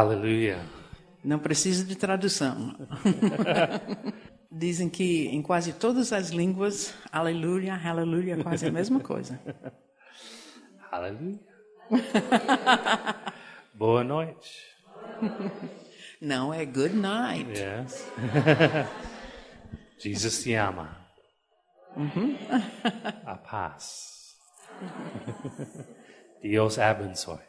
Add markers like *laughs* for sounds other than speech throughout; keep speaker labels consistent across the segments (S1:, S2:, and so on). S1: Hallelujah.
S2: Não precisa de tradução. Dizem que em quase todas as línguas, aleluia, aleluia, é quase a mesma coisa.
S1: Hallelujah. Boa noite.
S2: Não é good night.
S1: Yes. *laughs* Jesus te ama. Mm-hmm. A paz. Dios abençoe.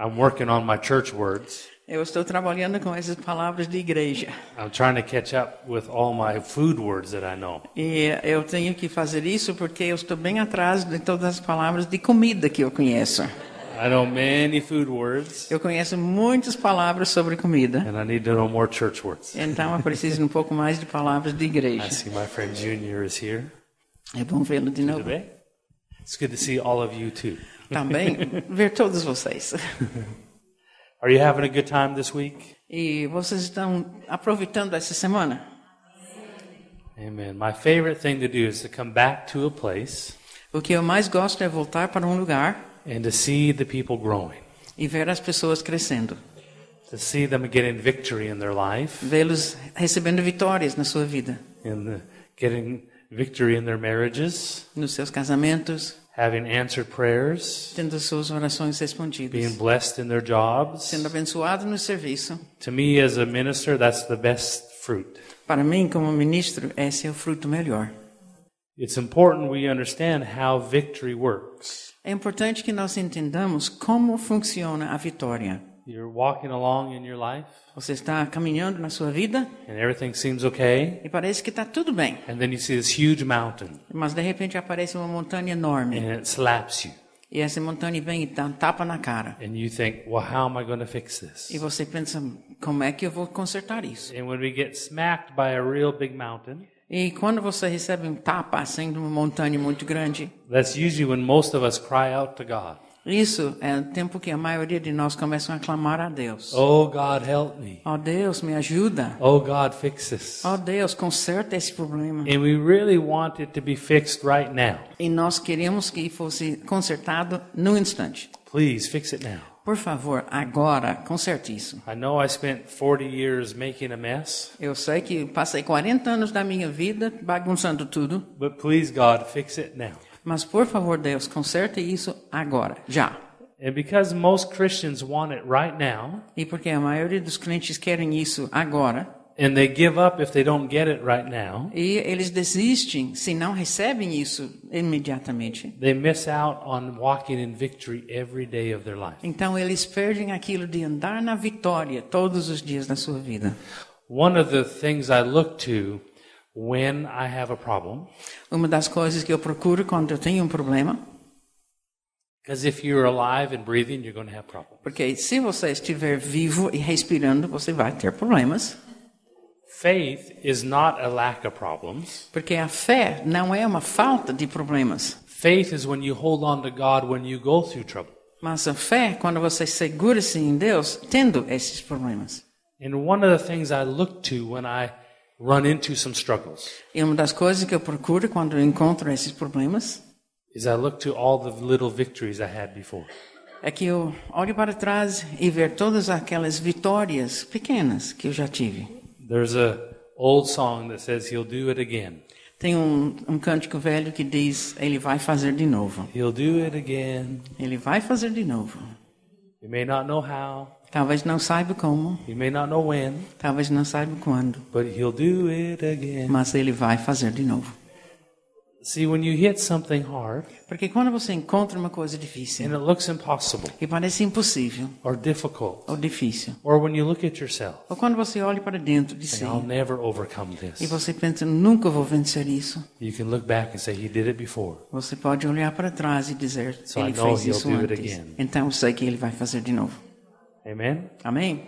S1: I'm working on my church words.
S2: Eu estou trabalhando com essas palavras de igreja.
S1: I'm trying to catch up with all my food words that I know.
S2: E eu tenho que fazer isso porque eu estou bem atrás de todas as palavras de comida que eu conheço.
S1: I know many food words,
S2: Eu conheço muitas palavras sobre comida.
S1: and I need to know more church words.
S2: Então eu preciso um pouco mais de palavras de
S1: I
S2: igreja.
S1: see my friend Junior is here.
S2: É bom vê-lo de novo.
S1: Today. It's good to see all of you too.
S2: Também ver todos vocês.
S1: Are you having a good time this week?
S2: E vocês estão aproveitando essa semana?
S1: Amen. My favorite thing to do is to come back to a place
S2: O que eu mais gosto é voltar para um lugar
S1: and to see the people growing,
S2: e ver as pessoas crescendo,
S1: to see them getting victory in their life,
S2: vê-los recebendo vitórias na sua vida,
S1: in the, getting victory in their marriages,
S2: nos seus casamentos,
S1: having answered prayers,
S2: tendo as suas orações respondidas,
S1: being blessed in their jobs.
S2: sendo abençoado no serviço.
S1: To me, as a minister, that's the best fruit.
S2: Para mim, como ministro, esse é o fruto melhor.
S1: It's important we understand how victory works.
S2: É importante que nós entendamos como funciona a vitória.
S1: You're walking along in your life,
S2: Você está caminhando na sua vida
S1: and everything seems okay,
S2: e parece que está tudo bem,
S1: and then you see this huge mountain,
S2: mas de repente aparece uma montanha enorme.
S1: and it slaps you.
S2: E essa montanha vem e dá um tapa na cara.
S1: And you think, well, how am I going to fix this?
S2: E você pensa, como é que eu vou consertar isso?
S1: And when we get smacked by a real big mountain,
S2: E quando você recebe um tapa assim de uma montanha muito grande,
S1: that's usually when most of us cry out to God,
S2: isso é o tempo que a maioria de nós começam a clamar a Deus.
S1: Oh, God, help me.
S2: Ó Deus, me ajuda.
S1: Oh, God, fix this.
S2: Ó Deus, conserta esse problema.
S1: And we really want it to be fixed right now.
S2: E nós queremos que fosse consertado no instante.
S1: Please fix it now.
S2: Por favor, agora, conserte isso.
S1: I know I spent 40 years making a mess,
S2: Eu sei que passei 40 anos da minha vida bagunçando tudo,
S1: but please, God, fix it now.
S2: mas por favor, Deus, conserte isso agora, já.
S1: And because most Christians want it right now,
S2: E porque a maioria dos clientes querem isso agora,
S1: and they give up if they don't get it right now,
S2: e eles desistem se não recebem isso imediatamente.
S1: they miss out on walking in victory every day of their life.
S2: Então eles perdem aquilo de andar na vitória todos os dias da sua vida.
S1: One of the things I look to when I have a problem,
S2: Uma das coisas que eu procuro quando eu tenho um problema,
S1: because if you're alive and breathing, you're going to have problems.
S2: porque se você estiver vivo e respirando, você vai ter problemas,
S1: Faith is not a lack of problems.
S2: porque a fé não é uma falta de problemas,
S1: Faith is when you hold on to God when you go through trouble.
S2: mas a fé é quando você segura-se em Deus tendo esses problemas.
S1: And one of the things I look to when I run into some struggles
S2: E uma das coisas que eu procuro quando eu encontro esses problemas
S1: is I look to all the little victories I had before.
S2: é que eu olho para trás e ver todas aquelas vitórias pequenas que eu já tive.
S1: There's a old song that says he'll do it again.
S2: Tem um, um cântico velho que diz: Ele vai fazer de novo.
S1: He'll do it again.
S2: Ele vai fazer de novo.
S1: You may not know how,
S2: Talvez não saiba como,
S1: you may not know when,
S2: talvez não saiba quando,
S1: but he'll do it again.
S2: mas ele vai fazer de novo.
S1: See, when you hit something hard
S2: Porque quando você encontra uma coisa difícil
S1: and it looks impossible
S2: e parece impossível
S1: or difficult,
S2: ou difícil,
S1: or when you look at yourself,
S2: ou quando você olha para dentro de si
S1: and I'll never overcome
S2: e
S1: this,
S2: você pensa: Nunca vou vencer isso.
S1: you can look back and say, He did it before.
S2: Você pode olhar para trás e dizer,
S1: So I
S2: ele
S1: know
S2: fez
S1: he'll
S2: isso
S1: do it
S2: antes.
S1: again.
S2: Então eu sei que ele vai fazer de novo.
S1: Amen?
S2: Amém?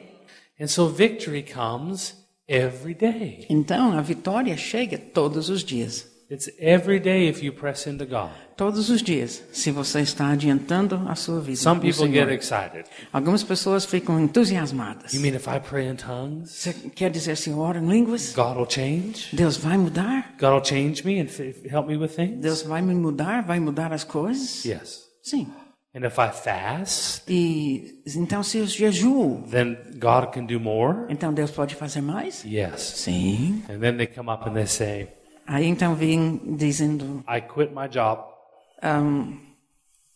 S1: And so victory comes every day.
S2: Então a vitória chega todos os dias.
S1: It's every day if you press into God.
S2: Todos os dias, se você está adiantando a sua vida.
S1: Some
S2: no
S1: people get
S2: Senhor.
S1: excited.
S2: Algumas pessoas ficam entusiasmadas.
S1: You mean if I pray in tongues,
S2: Você quer dizer, se eu oro em línguas,
S1: God will change?
S2: Deus vai mudar?
S1: God will change me and f- help me with things?
S2: Deus vai me mudar? Vai mudar as coisas?
S1: Yes.
S2: Sim.
S1: And if I fast,
S2: E então se eu jejuo,
S1: then God can do more?
S2: então Deus pode fazer mais?
S1: Yes.
S2: Sim.
S1: And then they come up and they say,
S2: Aí então vem dizendo,
S1: I quit my job.
S2: ahm,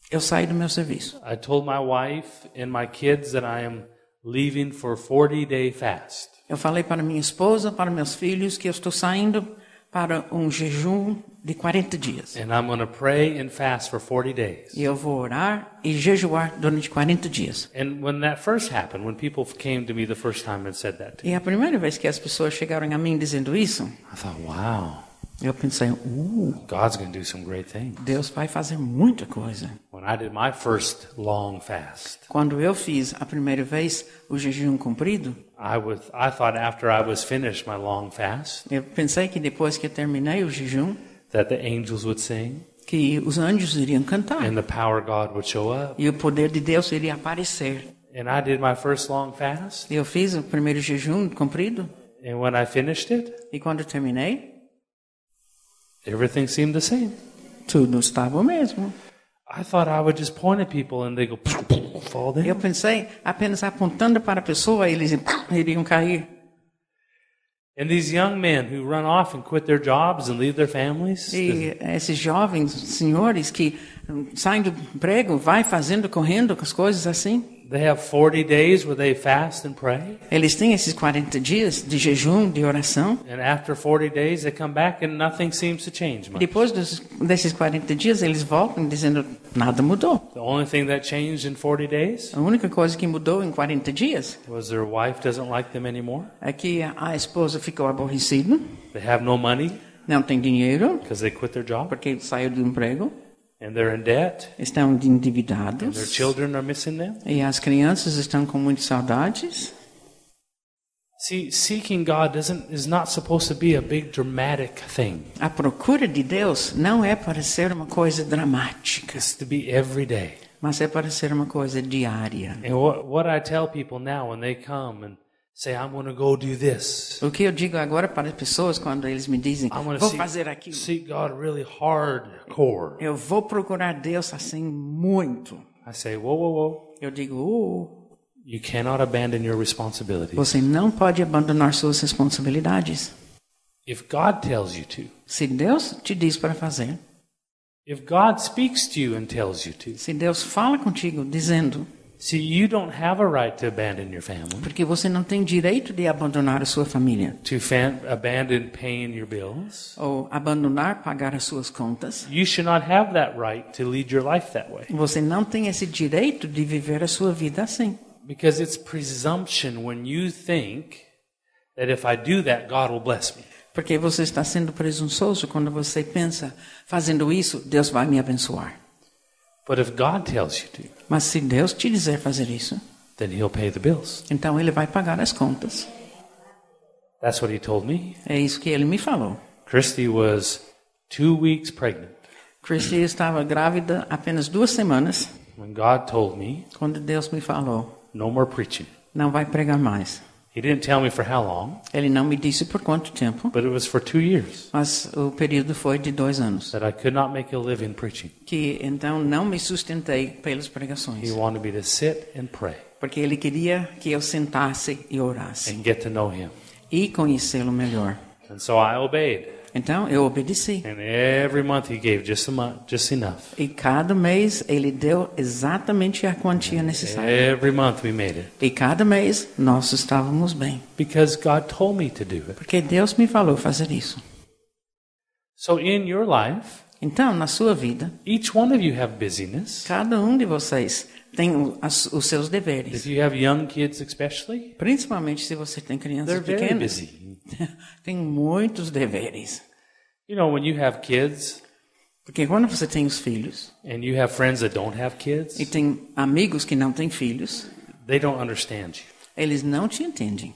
S2: eu saí do meu serviço.
S1: I told my wife and my kids that I am leaving for a 40 day fast.
S2: Eu falei para minha esposa, para meus filhos, que eu estou saindo para um jejum de 40 dias.
S1: And I'm going to pray and fast for 40 days.
S2: E eu vou orar e jejuar durante 40 dias.
S1: And when that first happened, when people came to me the first time and said that to me,
S2: E a primeira vez que as pessoas chegaram a mim dizendo isso,
S1: I thought, wow,
S2: eu pensei, uh,
S1: God's going to do some great things.
S2: Deus vai fazer muita coisa.
S1: When I did my first long fast,
S2: Quando eu fiz a primeira vez o jejum comprido,
S1: I, was, I thought after I was finished my long fast
S2: eu pensei que depois que eu terminei o jejum,
S1: that the angels would sing
S2: que os anjos iriam cantar
S1: and the power of God would show up.
S2: e o poder de Deus iria aparecer.
S1: And I did my first long fast.
S2: E Eu fiz o primeiro jejum comprido
S1: And when I finished it,
S2: e quando eu terminei,
S1: everything seemed the same.
S2: tudo estava o mesmo.
S1: I thought I would just point at people and they go fall down.
S2: Eu pensei, apenas apontando para a pessoa, eles iriam cair.
S1: And these young men who run off and quit their jobs and leave their families,
S2: E esses jovens senhores que hum, saem do emprego, vai fazendo, correndo com as coisas assim,
S1: they have 40 days where they fast and pray.
S2: eles têm esses 40 dias de jejum, de oração.
S1: And after 40 days, they come back and nothing seems to change much.
S2: Depois dos, desses 40 dias, eles voltam dizendo, nada mudou.
S1: The only thing that changed in 40 days
S2: A única coisa que mudou em 40 dias
S1: was their wife doesn't like them anymore.
S2: é que a esposa ficou aborrecida,
S1: They have no money
S2: não tem dinheiro,
S1: because they quit their job
S2: porque saiu do emprego,
S1: and they're in debt.
S2: estão
S1: And their
S2: endividados,
S1: children are missing them.
S2: e as crianças estão com muitas saudades.
S1: See, seeking God doesn't is not supposed to be a big dramatic thing.
S2: A procura de Deus não é para ser uma coisa dramática,
S1: It's to be every day.
S2: mas é para ser uma coisa diária.
S1: And what, what I tell people now when they come and say, I'm going to go do this,
S2: O que eu digo agora para as pessoas quando eles me dizem,
S1: I'm going to
S2: vou
S1: seek,
S2: fazer aquilo,
S1: seek God really hardcore.
S2: eu vou procurar Deus assim muito.
S1: I say, whoa, whoa, whoa.
S2: Eu digo, "Oh,
S1: You cannot abandon your responsibilities.
S2: você não pode abandonar suas responsabilidades.
S1: If God tells you to,
S2: Se Deus te diz para fazer,
S1: if God speaks to you and tells you to,
S2: se Deus fala contigo dizendo,
S1: see, you don't have a right to abandon your family,
S2: porque você não tem direito de abandonar a sua família
S1: to fan, abandon paying your bills.
S2: ou abandonar pagar as suas contas.
S1: You should not have that right to lead your life that way.
S2: Você não tem esse direito de viver a sua vida assim.
S1: Because it's presumption when you think that if I do that, God will bless me.
S2: Porque você está sendo presunçoso quando você pensa, fazendo isso, Deus vai me abençoar.
S1: But if God tells you to,
S2: Mas se Deus te dizer fazer isso,
S1: then He'll pay the bills.
S2: então Ele vai pagar as contas.
S1: That's what He told me.
S2: É isso que Ele me falou.
S1: Christy was two weeks pregnant
S2: Christy estava grávida apenas duas semanas
S1: when God told me,
S2: quando Deus me falou,
S1: no more preaching.
S2: não vai pregar mais.
S1: He didn't tell me for how long,
S2: Ele não me disse por quanto tempo,
S1: but it was for two years
S2: mas o período foi de dois anos.
S1: that I could not make a living preaching.
S2: Que então não me sustentei pelas pregações,
S1: He wanted me to sit and pray
S2: porque Ele queria que eu sentasse e orasse
S1: and get to know Him.
S2: e conhecê-lo melhor.
S1: And so I obeyed.
S2: Então eu obedeci.
S1: And every month He gave just a month, just enough.
S2: E cada mês ele deu exatamente a quantia necessária.
S1: Every month we made it
S2: E cada mês nós estávamos bem,
S1: because God told me to do it.
S2: porque Deus me falou fazer isso.
S1: So in your life,
S2: Então, na sua vida,
S1: each one of you have busyness.
S2: cada um de vocês tem o- as- os seus deveres.
S1: If you have young kids especially,
S2: Principalmente se você
S1: they're
S2: tem crianças
S1: very
S2: pequenas, *laughs*
S1: busy.
S2: tem muitos deveres.
S1: You know, when you have kids
S2: Porque quando você tem os filhos
S1: and you have friends that don't have
S2: e
S1: kids,
S2: tem amigos que não têm filhos,
S1: they don't understand you.
S2: eles não te entendem.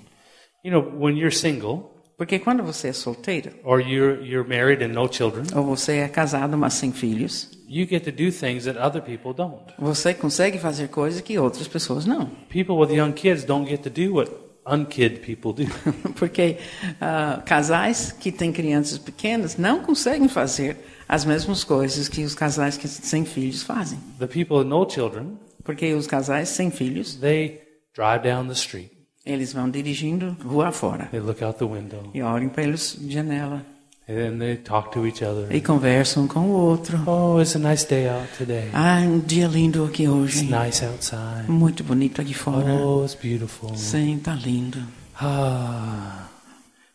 S1: You know, when you're single
S2: Porque quando você é solteiro
S1: or you're you're married and no children,
S2: ou você é casado mas sem filhos,
S1: you get to do things that other people don't.
S2: você consegue fazer coisas que outras pessoas não. *laughs*
S1: People with young kids don't get to do what unkid people do.
S2: Porque ah, casais que têm crianças pequenas não conseguem fazer as mesmas coisas que os casais que sem filhos fazem.
S1: The people with no children,
S2: Porque os casais sem filhos,
S1: they drive down the street.
S2: eles vão dirigindo rua afora.
S1: They look out the window
S2: E olham para eles de janela.
S1: and then they talk to each other.
S2: E conversam com o outro.
S1: Oh, it's a nice day out today.
S2: Ah, um dia lindo aqui
S1: It's
S2: hoje. hein?
S1: nice outside.
S2: Muito bonito aqui fora.
S1: Oh, it's beautiful.
S2: Sim, tá lindo.
S1: Ah.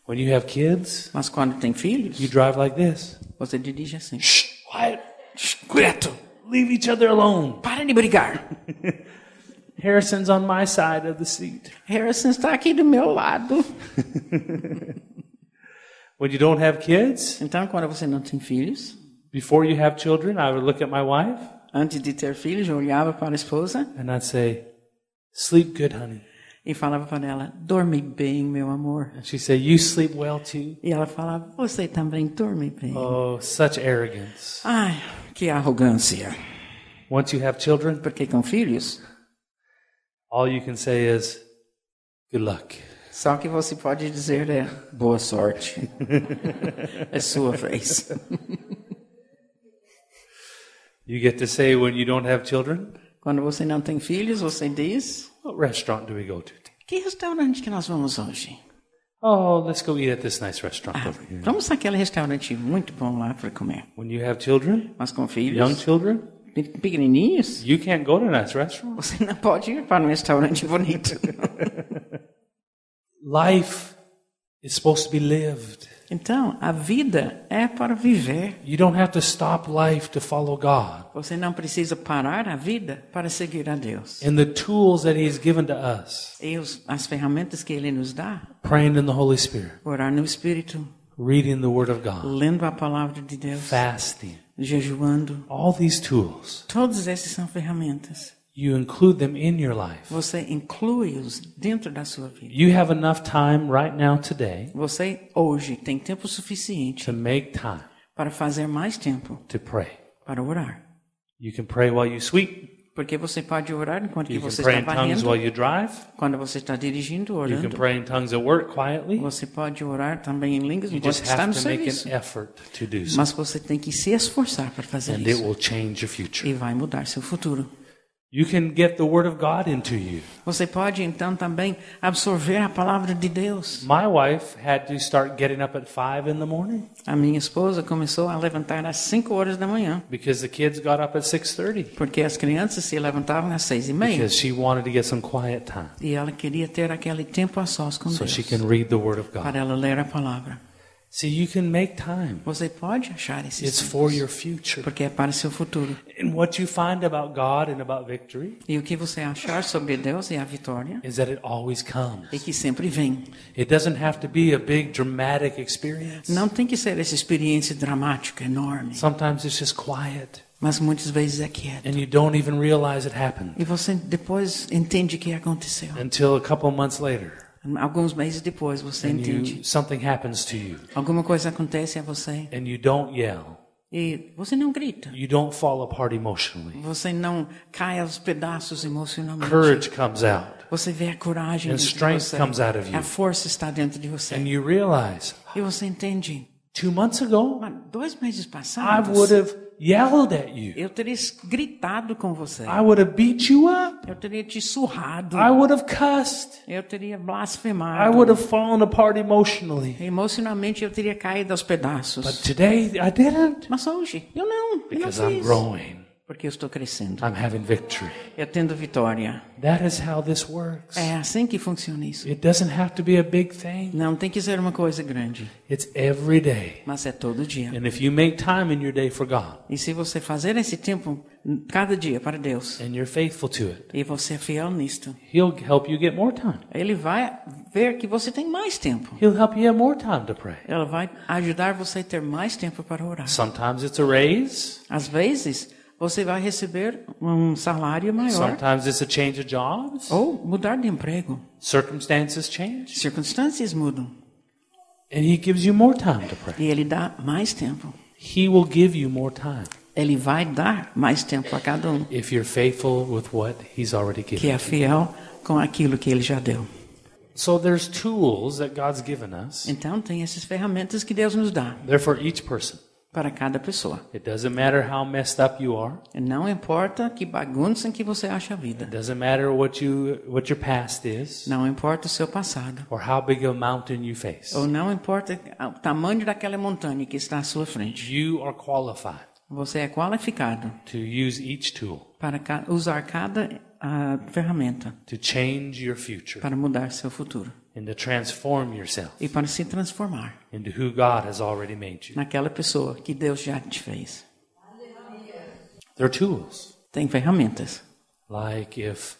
S1: When you have kids,
S2: Mas quando tem filhos,
S1: you drive like this.
S2: você dirige assim.
S1: Shh, quiet. Shh, quieto. Leave each other alone.
S2: Para de brigar.
S1: Harrison's on my side of the seat.
S2: Harrison está aqui do meu lado.
S1: When you don't have kids,
S2: Então, quando você não tem filhos,
S1: before you have children, I would look at my wife
S2: antes de ter filhos, eu olhava para a esposa
S1: and I'd say, "Sleep good, honey."
S2: e falava para ela: dorme bem, meu amor.
S1: And she'd say, "You sleep well too."
S2: E ela falava: você também dorme bem.
S1: Oh, such arrogance.
S2: Ai, que arrogância.
S1: Once you have children,
S2: Porque com filhos,
S1: all you can say is, "Good luck."
S2: só que você pode dizer é boa sorte. *laughs* é sua vez.
S1: You get to say when you don't have children,
S2: Quando você não tem filhos, você diz:
S1: "What restaurant do we go to?"
S2: que restaurante que nós vamos hoje? Ah,
S1: Oh, let's go eat at this nice restaurant over here.
S2: Vamos naquele restaurante muito bom lá para comer.
S1: Ah. When you have children,
S2: Mas com
S1: young
S2: filhos
S1: children,
S2: pe- pequenininhos,
S1: you can't go to a nice restaurant.
S2: Você não pode ir para um restaurante bonito.
S1: Life is supposed to be lived.
S2: Então, a vida é para viver.
S1: You don't have to stop life to follow God.
S2: Você não precisa parar a vida para seguir a Deus.
S1: And the tools that He's given to us
S2: E os, as ferramentas que Ele nos dá,
S1: praying in the Holy Spirit,
S2: orar no Espírito,
S1: reading the Word of God,
S2: lendo a palavra de Deus,
S1: fasting,
S2: jejuando,
S1: all these tools,
S2: todas essas são ferramentas.
S1: you include them in your life.
S2: Você inclui-os dentro da sua vida.
S1: You have enough time right now today
S2: Você hoje tem tempo suficiente
S1: to make time
S2: para fazer mais tempo
S1: to pray.
S2: para orar.
S1: You can pray while you sweep,
S2: Porque você pode orar enquanto que
S1: you can
S2: você
S1: pray
S2: está
S1: in tongues
S2: varrendo,
S1: while you drive,
S2: quando você está dirigindo,
S1: you
S2: orando,
S1: can pray in tongues at work quietly.
S2: Você pode orar também em línguas
S1: You
S2: enquanto
S1: just
S2: está no
S1: have to make
S2: serviço.
S1: an effort to do so,
S2: Mas você tem que se esforçar para fazer
S1: and it
S2: isso.
S1: will change your future.
S2: E vai mudar seu futuro.
S1: You can get the Word of God into you.
S2: Você pode então também absorver a palavra de Deus.
S1: My wife had to start getting up at five in the morning
S2: A minha esposa começou a levantar às 5 horas da manhã.
S1: because the kids got up at six thirty
S2: Porque as crianças se levantavam às seis e meia.
S1: because she wanted to get some quiet time
S2: E ela queria ter aquele tempo a sós com
S1: so
S2: Deus.
S1: she can read the Word of God.
S2: Para ela ler a palavra.
S1: See, you can make time.
S2: Você pode achar esse
S1: It's for your future.
S2: Porque é para seu futuro.
S1: And what you find about God and about victory
S2: E o que você achar sobre Deus e a vitória
S1: is that it always comes.
S2: é que sempre vem.
S1: It doesn't have to be a big dramatic experience.
S2: Não tem que ser essa experiência dramática, enorme,
S1: Sometimes it's just quiet
S2: mas muitas vezes é quieto.
S1: and you don't even realize it happened
S2: E você depois entende o que aconteceu.
S1: until a couple months later
S2: Alguns meses depois você
S1: and
S2: entende.
S1: you, something happens to you
S2: Alguma coisa acontece a você
S1: and you don't yell.
S2: e você não grita.
S1: You don't fall apart emotionally.
S2: Você não cai aos pedaços emocionalmente.
S1: Courage comes out
S2: Você vê a coragem
S1: and
S2: dentro de
S1: strength
S2: você.
S1: comes out of you.
S2: A força está dentro de você.
S1: and you realize
S2: E você entende.
S1: two months ago,
S2: Mas dois meses
S1: I would
S2: passados,
S1: have yelled at you.
S2: eu teria gritado com você.
S1: I would have beat you up.
S2: Eu teria te surrado.
S1: I would have cussed.
S2: Eu teria
S1: I
S2: blasfemado.
S1: would have fallen apart emotionally.
S2: Emocionalmente eu teria caído aos pedaços.
S1: But today, I didn't
S2: Mas hoje, eu não. Eu não
S1: because I'm
S2: fiz.
S1: growing.
S2: Porque eu estou crescendo.
S1: I'm having victory.
S2: Eu tendo vitória.
S1: That is how this works.
S2: É assim que funciona isso.
S1: It doesn't have to be a big thing.
S2: Não tem que ser uma coisa grande,
S1: It's every day.
S2: mas é todo dia.
S1: And if you make time in your day for God
S2: E se você fazer esse tempo cada dia para Deus,
S1: and you're faithful to it,
S2: e você é fiel nisto,
S1: He'll help you get more time.
S2: ele vai ver que você tem mais tempo.
S1: He'll help you have more time to pray.
S2: Ela vai ajudar você a ter mais tempo para orar.
S1: Sometimes it's a raise.
S2: Às vezes, você vai receber um salário maior
S1: Sometimes it's a change of jobs.
S2: ou mudar de emprego.
S1: Circumstances change.
S2: Circunstâncias mudam.
S1: And He gives you more time to pray.
S2: E ele dá mais tempo.
S1: He will give you more time
S2: Ele vai dar mais tempo a cada um
S1: if you're faithful with what He's already
S2: que
S1: given.
S2: é fiel com aquilo que ele já deu.
S1: So there's tools that God's given us.
S2: Então tem essas ferramentas que Deus nos dá
S1: They're for each person.
S2: para cada pessoa.
S1: It doesn't matter how messed up you are.
S2: Não importa que bagunça em que você acha a vida.
S1: It doesn't matter what you what your past is
S2: Não importa o seu passado.
S1: or how big a mountain you face.
S2: Ou não importa o tamanho daquela montanha que está à sua frente.
S1: You are qualified
S2: Você é qualificado
S1: to use each tool
S2: para ca- usar cada ah, ferramenta
S1: to change your future
S2: para mudar seu futuro
S1: and to transform yourself
S2: e para se transformar
S1: into who God has already made you.
S2: naquela pessoa que Deus já te fez.
S1: They're tools.
S2: Tem ferramentas.
S1: Like if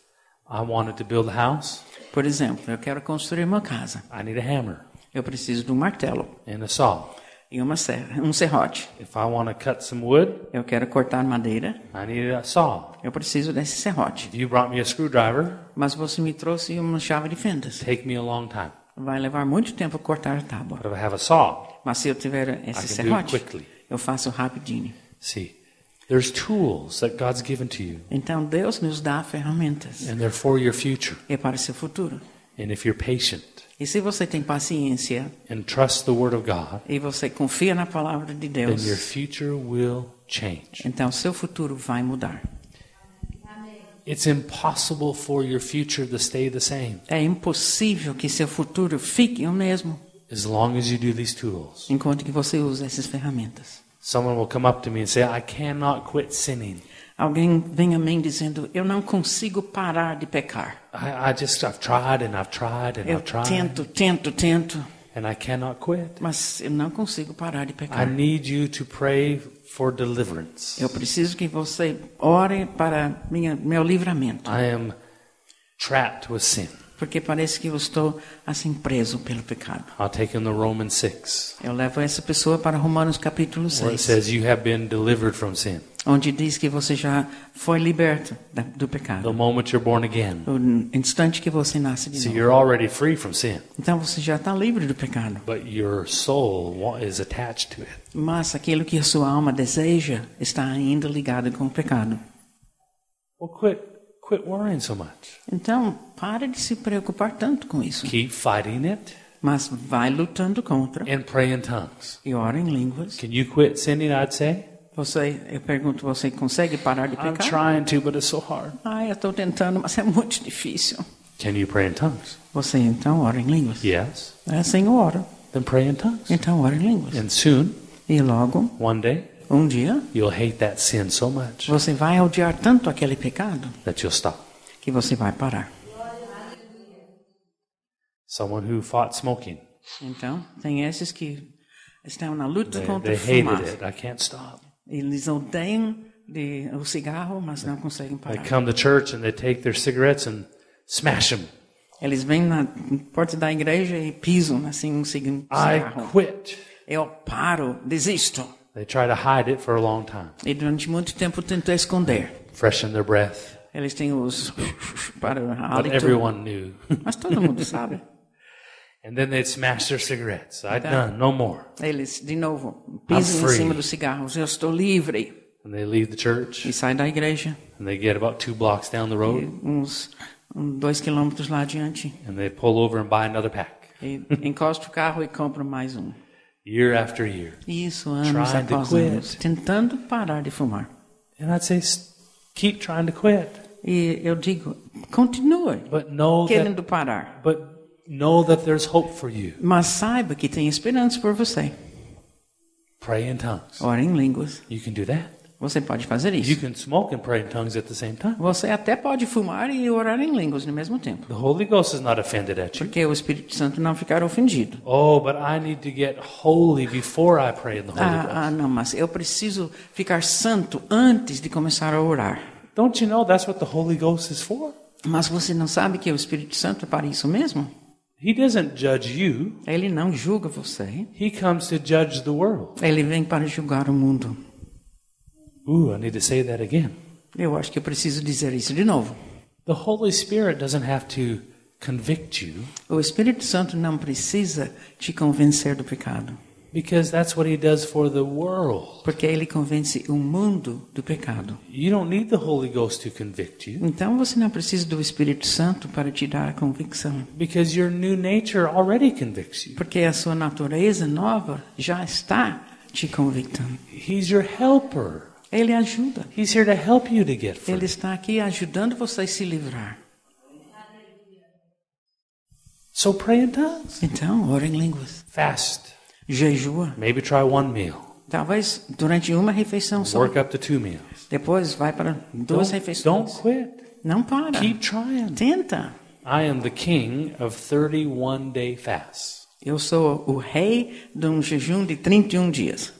S1: I wanted to build a house,
S2: Por exemplo, eu quero construir uma casa.
S1: I need a hammer
S2: Eu preciso de um martelo
S1: and a saw.
S2: e uma serra, um serrote.
S1: If I want to cut some wood,
S2: Eu quero cortar madeira.
S1: I need a saw.
S2: Eu preciso desse serrote.
S1: If you brought me a screwdriver,
S2: Mas você me trouxe uma chave de fendas.
S1: take me a long time.
S2: Vai levar muito tempo cortar a tábua.
S1: But if I have a saw,
S2: Mas se eu tiver
S1: I
S2: esse
S1: can do it
S2: serrote,
S1: quickly.
S2: eu faço rapidinho.
S1: See, there's tools that God's given to you,
S2: Então Deus nos dá ferramentas.
S1: and they're for your future.
S2: É para seu futuro.
S1: And if you're patient
S2: E se você tem paciência
S1: and trust the Word of God,
S2: e você confia na palavra de
S1: then your
S2: Deus,
S1: future will change.
S2: então seu futuro vai mudar.
S1: It's impossible for your future to stay the same
S2: É impossível que seu futuro fique o mesmo
S1: as long as you do these tools.
S2: enquanto que você usa essas ferramentas.
S1: Someone will come up to me and say, I cannot quit sinning.
S2: Alguém vem a mim dizendo: Eu não consigo parar de pecar.
S1: I, I just, I've tried and I've tried and
S2: Eu
S1: I've tried,
S2: tento, tento, tento,
S1: and I cannot quit.
S2: mas eu não consigo parar de
S1: I
S2: pecar.
S1: need you to pray for deliverance.
S2: Eu preciso que você ore para minha, meu livramento,
S1: I am trapped with sin.
S2: porque parece que eu estou assim preso pelo pecado.
S1: I'll take him to Romans 6.
S2: Eu levo essa pessoa para Romanos capítulo
S1: where it
S2: 6,
S1: says you have been delivered from sin.
S2: onde diz que você já foi liberto da- do
S1: The
S2: pecado.
S1: moment you're born again.
S2: No instante que você nasce de
S1: So
S2: novo.
S1: you're already free from sin,
S2: Então você já está livre do pecado.
S1: but your soul wa- is attached to it.
S2: Mas aquilo que a sua alma deseja está ainda ligado com o pecado.
S1: Well, quit quit worrying so much.
S2: Então, pare de se preocupar tanto com isso.
S1: Keep fighting it
S2: Mas vai lutando contra
S1: and pray in tongues.
S2: e ora em línguas.
S1: Can you quit sinning? I'd say
S2: Você, eu pergunto, você consegue parar de
S1: I'm
S2: pecar?
S1: trying to, but it's so hard.
S2: Ah, eu estou tentando, mas é muito difícil.
S1: Can you pray in tongues?
S2: Você então ora em línguas.
S1: Yes.
S2: É assim eu oro.
S1: Then pray in tongues.
S2: Então ora em línguas.
S1: And soon,
S2: E logo,
S1: one day,
S2: um dia,
S1: you'll hate that sin so much
S2: você vai odiar tanto aquele pecado
S1: that you'll stop.
S2: que você vai parar.
S1: Someone who fought smoking,
S2: Então, tem esses que estão na luta
S1: they, they
S2: contra a
S1: hated
S2: fumaça.
S1: it. I can't stop.
S2: Eles odeiam de, o cigarro, mas não conseguem
S1: They
S2: parar.
S1: come to church and they take their cigarettes and smash them.
S2: Eles vêm na porta da igreja e pisam assim um cig-
S1: I
S2: cigarro.
S1: quit.
S2: Eu paro, desisto.
S1: They try to hide it for a long time.
S2: E durante muito tempo tento esconder.
S1: Freshen their breath.
S2: Eles têm os para o
S1: But
S2: hálito.
S1: everyone knew. *laughs*
S2: Mas todo mundo sabe.
S1: and then they'd smash their cigarettes. I done, no more.
S2: Eles, de novo,
S1: I'm
S2: pisam em
S1: free.
S2: cima dos cigarros. Eu estou livre.
S1: And they leave the church
S2: E saem da igreja.
S1: and they get about two blocks down the
S2: e
S1: road
S2: uns um, dois quilômetros lá adiante.
S1: and they pull over and buy another pack.
S2: E encosta o carro e compra mais um.
S1: Year after year.
S2: Isso, anos
S1: Trying to
S2: após
S1: quit.
S2: anos. Tentando parar de fumar.
S1: And I'd say, "S- keep trying to quit.
S2: E eu digo, continue
S1: But know that,
S2: querendo parar.
S1: but know that there's hope for you.
S2: Mas saiba que tem esperança por você.
S1: Pray in tongues.
S2: Ora em línguas.
S1: You can do that.
S2: Você pode fazer
S1: You
S2: isso.
S1: can smoke and pray in tongues at the same time.
S2: Você até pode fumar e orar em línguas no mesmo tempo.
S1: The Holy Ghost is not offended at you.
S2: Porque o Espírito Santo não ficará ofendido.
S1: Oh, but I need to get holy before I pray in the Holy Ghost.
S2: Ah, ah, não, mas eu preciso ficar santo antes de começar a orar.
S1: Don't you know that's what the Holy Ghost is for?
S2: Mas você não sabe que o Espírito Santo é para isso mesmo?
S1: He doesn't judge you.
S2: Ele não julga você.
S1: He comes to judge the world.
S2: Ele vem para julgar o mundo.
S1: Ooh, I need to say that again.
S2: Eu acho que eu preciso dizer isso de novo.
S1: The Holy Spirit doesn't have to convict you
S2: O Espírito Santo não precisa te convencer do pecado,
S1: because that's what he does for the world.
S2: porque ele convence o mundo do pecado.
S1: You don't need the Holy Ghost to convict you
S2: Então você não precisa do Espírito Santo para te dar a convicção,
S1: because your new nature already convicts you.
S2: porque a sua natureza nova já está te convictando.
S1: He's your helper.
S2: Ele ajuda.
S1: He's here to help you to get
S2: Ele
S1: free.
S2: está aqui ajudando você a se livrar.
S1: So pray in tongues.
S2: Então, ora em línguas.
S1: Fast.
S2: Jejua.
S1: Maybe try one meal.
S2: Talvez durante uma refeição só.
S1: Work up to two meals.
S2: Depois vai para duas
S1: Don't, don't
S2: refeições.
S1: quit.
S2: Não para.
S1: Keep trying.
S2: Tenta.
S1: I am the king of 31 day fasts.
S2: Eu sou o rei de um jejum de 31 dias.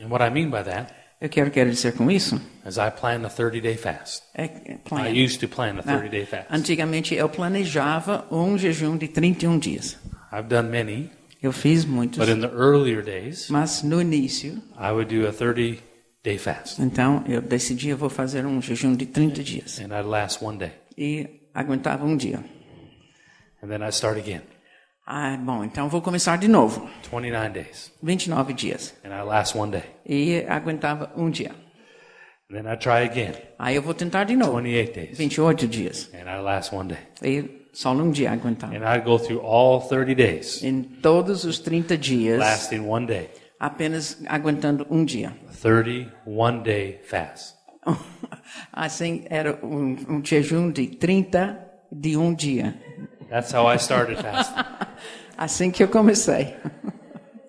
S1: And what I mean by that
S2: Eu quero quero dizer com isso
S1: is I plan a 30 day fast.
S2: é é
S1: I
S2: plan.
S1: used to plan a
S2: Ah,
S1: 30 day fast.
S2: Antigamente eu planejava um jejum de 31 dias.
S1: I've done many,
S2: Eu fiz muitos,
S1: but in the earlier days,
S2: mas no início,
S1: I would do a 30 day fast
S2: então eu decidi eu vou fazer um jejum de 30 dias
S1: and I'd last one day.
S2: e aguentava um dia.
S1: And then I start again,
S2: Ah, bom, então vou começar de novo,
S1: 29 days,
S2: 29 dias
S1: and I last one day.
S2: e aguentava um dia.
S1: And then I try again,
S2: Aí eu vou tentar de novo,
S1: 28 days,
S2: 28 dias
S1: and I last one day.
S2: e só um dia aguentava.
S1: And I'd go through all 30 days,
S2: Em todos os 30 dias,
S1: lasting one day,
S2: apenas aguentando um dia. *laughs*
S1: 31 day fast.
S2: Assim, era um, um jejum de 30 de um dia.
S1: That's how I started fasting.
S2: Assim que eu comecei.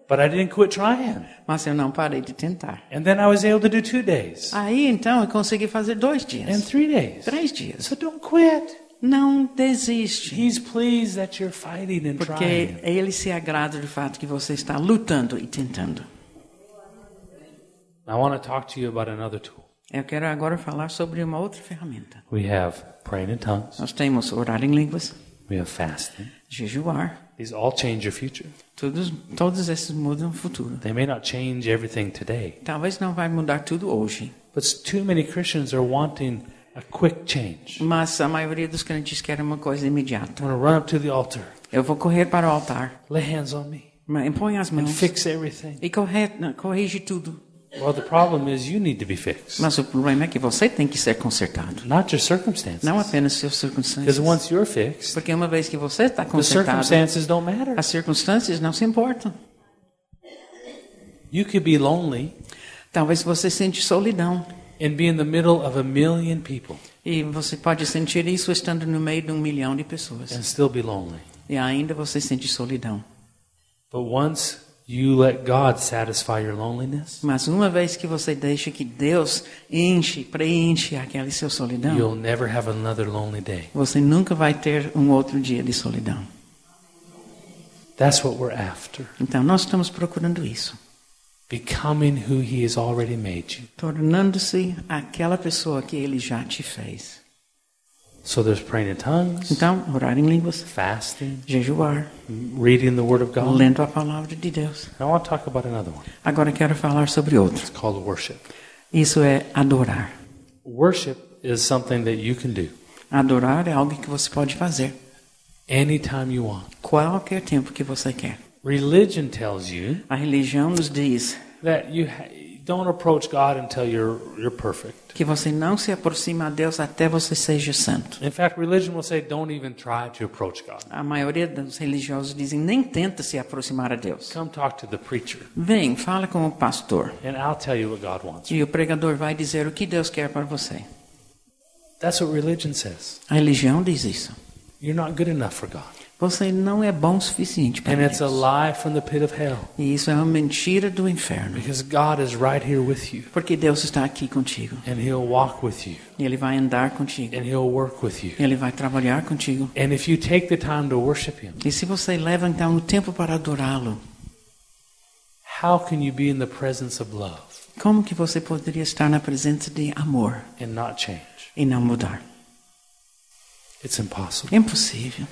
S1: But I didn't quit trying.
S2: Mas eu não parei de tentar.
S1: And then I was able to do two days
S2: Aí, então, eu consegui fazer dois
S1: and
S2: dias.
S1: three days.
S2: Três dias.
S1: So don't quit.
S2: Não desiste.
S1: He's pleased that you're fighting and
S2: Porque
S1: trying.
S2: ele se agrada do fato que você está lutando e tentando.
S1: I want to talk to you about another tool.
S2: Eu quero agora falar sobre uma outra ferramenta.
S1: We have praying in tongues.
S2: Nós temos orar em línguas,
S1: We have fasting.
S2: jejuar.
S1: These all change your future.
S2: Todos, todos esses mudam o futuro.
S1: They may not change everything today,
S2: Talvez não vai mudar tudo hoje.
S1: but s- too many Christians are wanting a quick change.
S2: Mas a maioria dos crentes quer uma coisa imediata.
S1: I'm going to run up to the altar,
S2: Eu vou correr para o altar,
S1: lay hands on me,
S2: mas impõe as
S1: and
S2: mãos
S1: fix everything.
S2: e corre, não, corrige tudo.
S1: Well, the problem is you need to be fixed,
S2: Mas o problema é que você tem que ser consertado,
S1: not your circumstances.
S2: não apenas suas
S1: Because
S2: circunstâncias.
S1: once you're fixed,
S2: Porque uma vez que você está
S1: the
S2: consertado,
S1: circumstances don't matter.
S2: as circunstâncias não se importam.
S1: You could be lonely
S2: Talvez você sente solidão
S1: and be in the middle of a million people
S2: e você pode sentir isso estando no meio de um milhão de pessoas
S1: and still be lonely.
S2: e ainda você sente solidão.
S1: But once you let God satisfy your loneliness,
S2: Mas uma vez que você deixa que Deus enche, preenche aquela sua solidão,
S1: you'll never have another lonely day.
S2: Você nunca vai ter um outro dia de solidão.
S1: That's what we're after.
S2: Então, nós estamos procurando isso.
S1: Becoming who He has already made you.
S2: Tornando-se aquela pessoa que ele já te fez.
S1: So there's praying in tongues,
S2: Então, orar em línguas,
S1: fasting,
S2: jejuar,
S1: reading the Word of God.
S2: lendo a palavra de Deus.
S1: And I want to talk about another one.
S2: Agora quero falar sobre outro.
S1: It's called worship.
S2: Isso é adorar.
S1: Worship is something that you can do
S2: Adorar é algo que você pode fazer
S1: anytime you want.
S2: qualquer tempo que você quer.
S1: Religion tells you
S2: A religião nos diz
S1: that you ha- don't approach God until you're you're perfect.
S2: que você não se aproxima a Deus até você seja santo.
S1: In fact, religion will say don't even try to approach God.
S2: A maioria dos religiosos dizem nem tenta se aproximar a Deus.
S1: Come talk to the preacher,
S2: Vem, fala com o pastor.
S1: and I'll tell you what God wants.
S2: E o pregador vai dizer o que Deus quer para você.
S1: That's what religion says.
S2: A religião diz isso.
S1: You're not good enough for God,
S2: Você não é bom o suficiente para
S1: and it's a
S2: Deus.
S1: lie from the pit of hell
S2: E isso é uma mentira do inferno.
S1: because God is right here with you,
S2: Porque Deus está aqui contigo.
S1: and He'll walk with you,
S2: E Ele vai andar contigo.
S1: and He'll work with you.
S2: Ele vai trabalhar contigo.
S1: And if you take the time to worship Him,
S2: E se você leva então o tempo para adorá-lo,
S1: how can you be in the presence of love
S2: como que você poderia estar na presença de amor
S1: and not change?
S2: e não mudar?
S1: It's impossible.
S2: É impossível.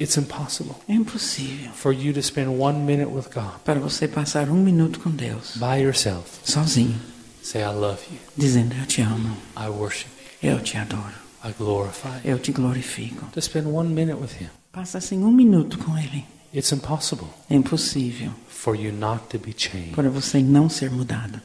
S1: It's impossible
S2: É impossível.
S1: for you to spend one minute with God
S2: Para você passar um minuto com Deus,
S1: by yourself.
S2: sozinho,
S1: Say, I love you.
S2: dizendo: Eu te amo,
S1: I worship you.
S2: eu te adoro,
S1: I glorify you.
S2: eu te glorifico.
S1: To spend one minute with Him,
S2: Passa assim um minuto com ele.
S1: it's impossible
S2: É impossível
S1: for you not to be changed.
S2: para você não ser mudado.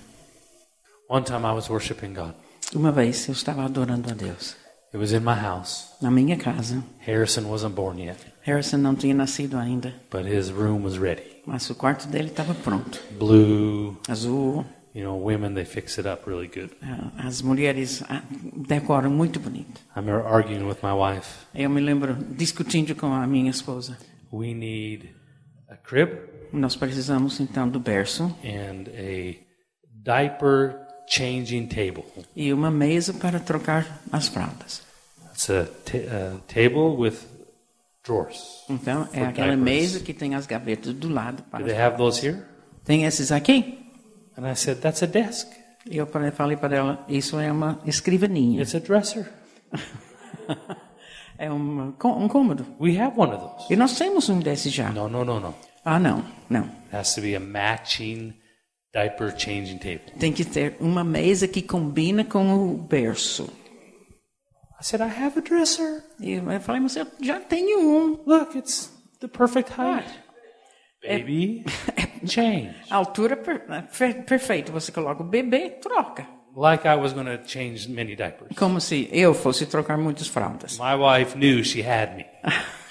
S1: One time I was worshiping God.
S2: Uma vez eu estava adorando a Deus.
S1: It It was in my house.
S2: na minha casa.
S1: Harrison wasn't born yet,
S2: Harrison não tinha nascido ainda,
S1: but his room was ready.
S2: mas o quarto dele estava pronto.
S1: Blue,
S2: Azul,
S1: you know, women, they fix it up really good.
S2: ah, as mulheres ah, decoram muito bonito.
S1: I remember arguing with my wife.
S2: Eu me lembro discutindo com a minha esposa.
S1: We need a crib
S2: Nós precisamos então do berço
S1: and a diaper changing table.
S2: e uma mesa para trocar as fraldas.
S1: It's a ta- uh, table with drawers.
S2: Então é
S1: For
S2: aquela
S1: diapers.
S2: mesa que tem as gavetas do
S1: Do
S2: lado. Para...
S1: they have those here?
S2: Tem esses aqui?
S1: And I said, that's a desk.
S2: E eu falei- falei para ela, isso é uma escrivaninha.
S1: It's a dresser.
S2: É um, có- um cômodo.
S1: We have one of those.
S2: E nós temos um desses já.
S1: No, no, no, no.
S2: Ah, não, não.
S1: It has to be a matching diaper changing table.
S2: Tem que ter uma mesa que combina com o berço.
S1: I said, I have a dresser.
S2: E eu falei, mas eu já tenho um.
S1: Look, it's the perfect height. *laughs* Baby, change.
S2: Altura per né, per- perfeita. Você coloca o bebê, troca.
S1: Like I was going to change many diapers.
S2: Como se eu fosse trocar muitas fraldas.
S1: My wife knew she had me.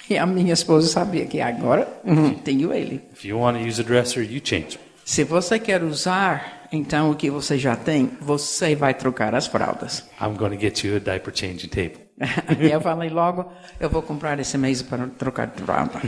S2: E a minha esposa sabia que agora hum, tenho ele.
S1: If you want to use a dresser, you change it.
S2: Se você quer usar, então o que você já tem, você vai trocar as fraldas. *laughs*
S1: I'm going to get you a diaper changing table.
S2: e eu falei logo, eu vou comprar esse mês para trocar de fralda.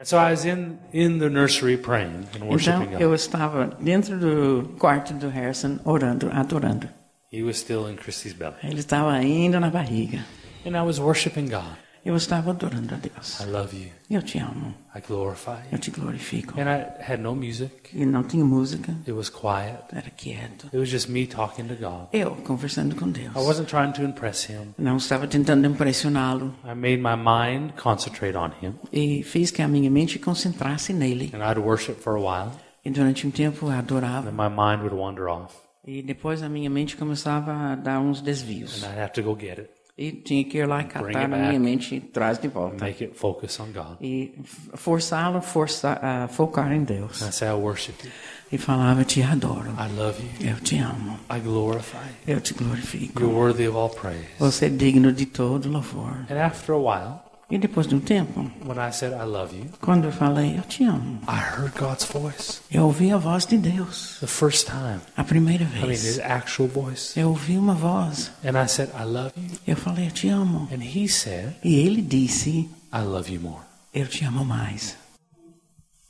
S1: And so I was in, in the nursery praying and
S2: Então
S1: worshiping God.
S2: eu estava dentro do quarto do Harrison, orando, adorando.
S1: He was still in Christie's belly.
S2: Ele estava ainda na barriga.
S1: And I was worshiping God.
S2: Eu estava adorando a Deus.
S1: I love you.
S2: Eu te amo,
S1: I glorify you.
S2: eu te glorifico.
S1: And I had no music.
S2: E não tinha música,
S1: It was quiet.
S2: era quieto.
S1: It was just me talking to God.
S2: Eu conversando com
S1: I
S2: Deus.
S1: wasn't trying to impress him.
S2: Não estava tentando impressioná-lo
S1: I made my mind concentrate on him.
S2: e fiz que a minha mente concentrasse nele.
S1: And I'd worship for a while.
S2: E durante um tempo eu adorava
S1: Then my mind would wander off.
S2: e depois a minha mente começava a dar uns
S1: And
S2: desvios.
S1: I'd have to go get it
S2: E tinha que ir lá e catar
S1: it
S2: a
S1: back.
S2: minha mente e traz de
S1: and
S2: volta.
S1: make it focus on God.
S2: E f- forçá-lo força, a focar em Deus.
S1: And I say, I worship you.
S2: E falava, te adoro,
S1: I love you.
S2: eu te amo,
S1: I glorify you.
S2: eu te glorifico.
S1: You're worthy of all praise.
S2: Você é digno de todo louvor.
S1: And after a while,
S2: E depois de um tempo,
S1: when I said, I love you,
S2: quando eu falei, eu te amo,
S1: I heard God's voice
S2: eu ouvi a voz de Deus
S1: the first time.
S2: a primeira
S1: I mean,
S2: vez.
S1: his actual voice.
S2: Eu ouvi uma voz,
S1: And I said, I love you.
S2: eu falei, eu te amo.
S1: And he said,
S2: E ele disse,
S1: I love you more.
S2: eu te amo mais.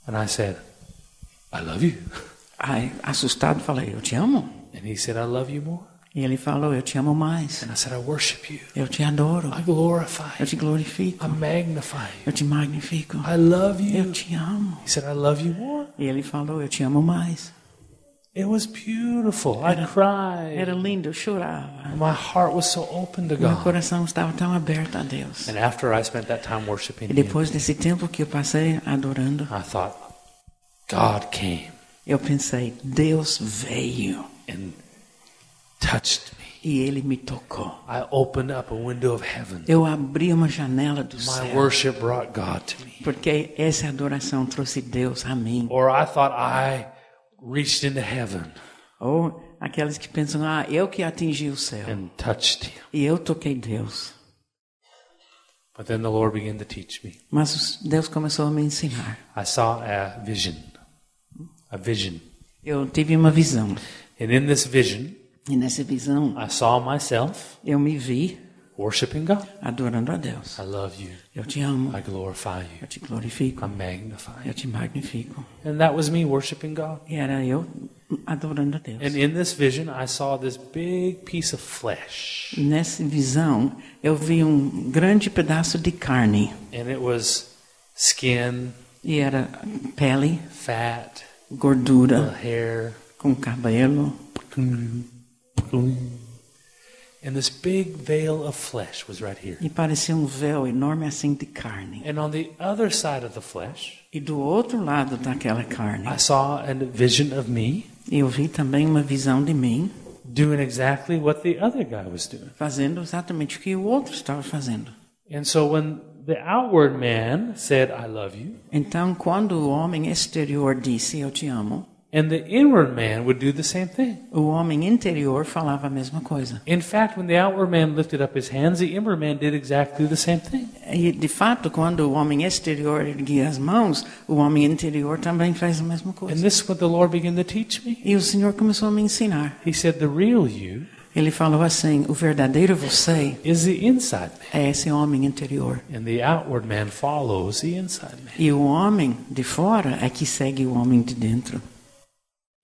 S1: And I said, I love you.
S2: Aí, assustado, falei, eu te amo.
S1: And he said, I love you more.
S2: E ele falou, eu te amo mais.
S1: And I said, I worship you.
S2: Eu te adoro,
S1: I glorify
S2: eu
S1: you.
S2: te glorifico,
S1: I magnify you.
S2: eu te magnifico,
S1: I love
S2: eu
S1: you.
S2: te amo.
S1: He said, I love you more.
S2: E ele falou, eu te amo mais.
S1: It was beautiful. I cried.
S2: Era lindo, eu chorava.
S1: My heart was so open to
S2: Meu
S1: God.
S2: coração estava tão aberto a Deus.
S1: And after I spent that time worshiping
S2: E
S1: him,
S2: depois desse tempo que eu passei adorando,
S1: I thought, God came
S2: eu pensei, Deus veio
S1: and touched me.
S2: e ele me tocou.
S1: I opened up a window of heaven.
S2: Eu abri uma janela do
S1: My
S2: céu,
S1: worship brought God to me.
S2: porque essa adoração trouxe Deus a mim.
S1: Or I thought I reached into heaven
S2: Ou aqueles que pensam, ah, eu que atingi o céu
S1: and touched him.
S2: e eu toquei Deus.
S1: But then the Lord began to teach me.
S2: Mas os- Deus começou a me ensinar.
S1: I saw a vision. A vision.
S2: Eu tive uma visão.
S1: And in this vision,
S2: E nessa visão,
S1: I saw myself
S2: eu me vi
S1: worshiping God.
S2: adorando a Deus.
S1: I love you.
S2: Eu te amo,
S1: I glorify you.
S2: eu te glorifico,
S1: I magnify
S2: eu
S1: you.
S2: te magnifico.
S1: And that was me worshiping God.
S2: E era eu adorando a Deus.
S1: And in this vision, I saw this big piece of flesh.
S2: Nessa visão, eu vi um grande pedaço de carne.
S1: And it was skin,
S2: E era pele,
S1: fat,
S2: gordura,
S1: hair.
S2: com cabelo.
S1: And this big veil of flesh was right here.
S2: E parecia um véu enorme assim de carne.
S1: And on the other side of the flesh,
S2: E do outro lado daquela carne,
S1: I saw a vision of me
S2: eu vi também uma visão de mim
S1: doing exactly what the other guy was doing.
S2: fazendo exatamente o que o outro estava fazendo.
S1: And so when the outward man said, I love you,
S2: Então, quando o homem exterior disse eu te amo,
S1: And the inward man would do the same thing.
S2: O homem interior falava a mesma coisa.
S1: In fact, when the outward man lifted up his hands, the inward man did exactly the same thing.
S2: E, de fato, quando o homem exterior erguia as mãos, o homem interior também faz a mesma
S1: And
S2: coisa.
S1: this is what the Lord began to teach me.
S2: E o Senhor começou a me ensinar.
S1: He said, The real you
S2: Ele falou assim: o verdadeiro você
S1: is the inside man,
S2: é esse homem interior.
S1: and the outward man follows the inside man.
S2: E o homem de fora é que segue o homem de dentro.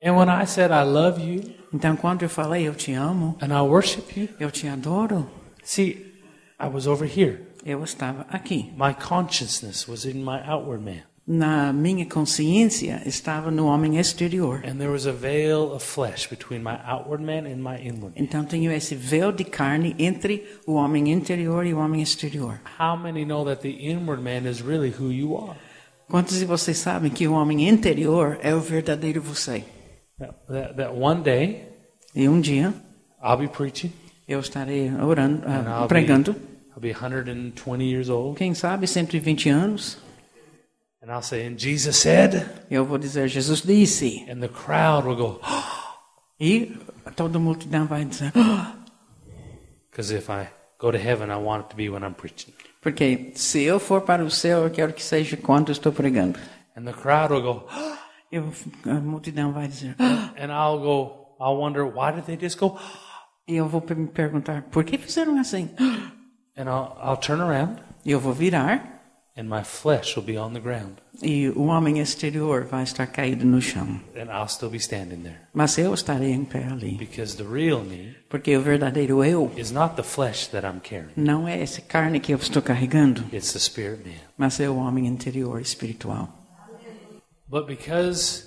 S1: And when I said, I love you
S2: Então, quando eu falei eu te amo,
S1: and I worship you,
S2: eu te adoro,
S1: see, I was over here.
S2: eu estava aqui.
S1: My consciousness was in my outward man,
S2: Na minha consciência estava no homem exterior.
S1: and there was a veil of flesh between my outward man and my inward man.
S2: Então tenho esse véu de carne entre o homem interior e o homem exterior.
S1: How many know that the inward man is really who you are?
S2: Quantos de vocês sabem que o homem interior é o verdadeiro você?
S1: That, that, that one day
S2: E um dia
S1: I'll be preaching,
S2: eu estarei orando, ah,
S1: And I'll be-
S2: pregando,
S1: I'll be 120 years old,
S2: quem sabe 120 anos,
S1: and I'll say, And Jesus said,
S2: eu vou dizer Jesus disse.
S1: and the crowd will go, *gasps*
S2: E toda a multidão vai dizer, "Ah!"
S1: Because if I go to heaven, I want it to be when I'm preaching.
S2: porque se eu for para o céu, eu quero que seja quando eu estou pregando.
S1: And the crowd will go, *gasps*
S2: Eu, a multidão vai dizer, "Ah!"
S1: and I'll go, I'll wonder, why did they just go? *gasps*
S2: e eu vou me perguntar, por que fizeram assim? "Ah!"
S1: And I'll, I'll turn around,
S2: E eu vou virar
S1: and my flesh will be on the ground,
S2: E o homem exterior vai estar caído no chão.
S1: and I'll still be standing there.
S2: Mas eu estarei em pé ali.
S1: Because the real me
S2: Porque o verdadeiro eu
S1: is not the flesh that I'm carrying,
S2: não é essa carne que eu estou carregando,
S1: it's the spirit man.
S2: mas é o homem interior espiritual.
S1: But because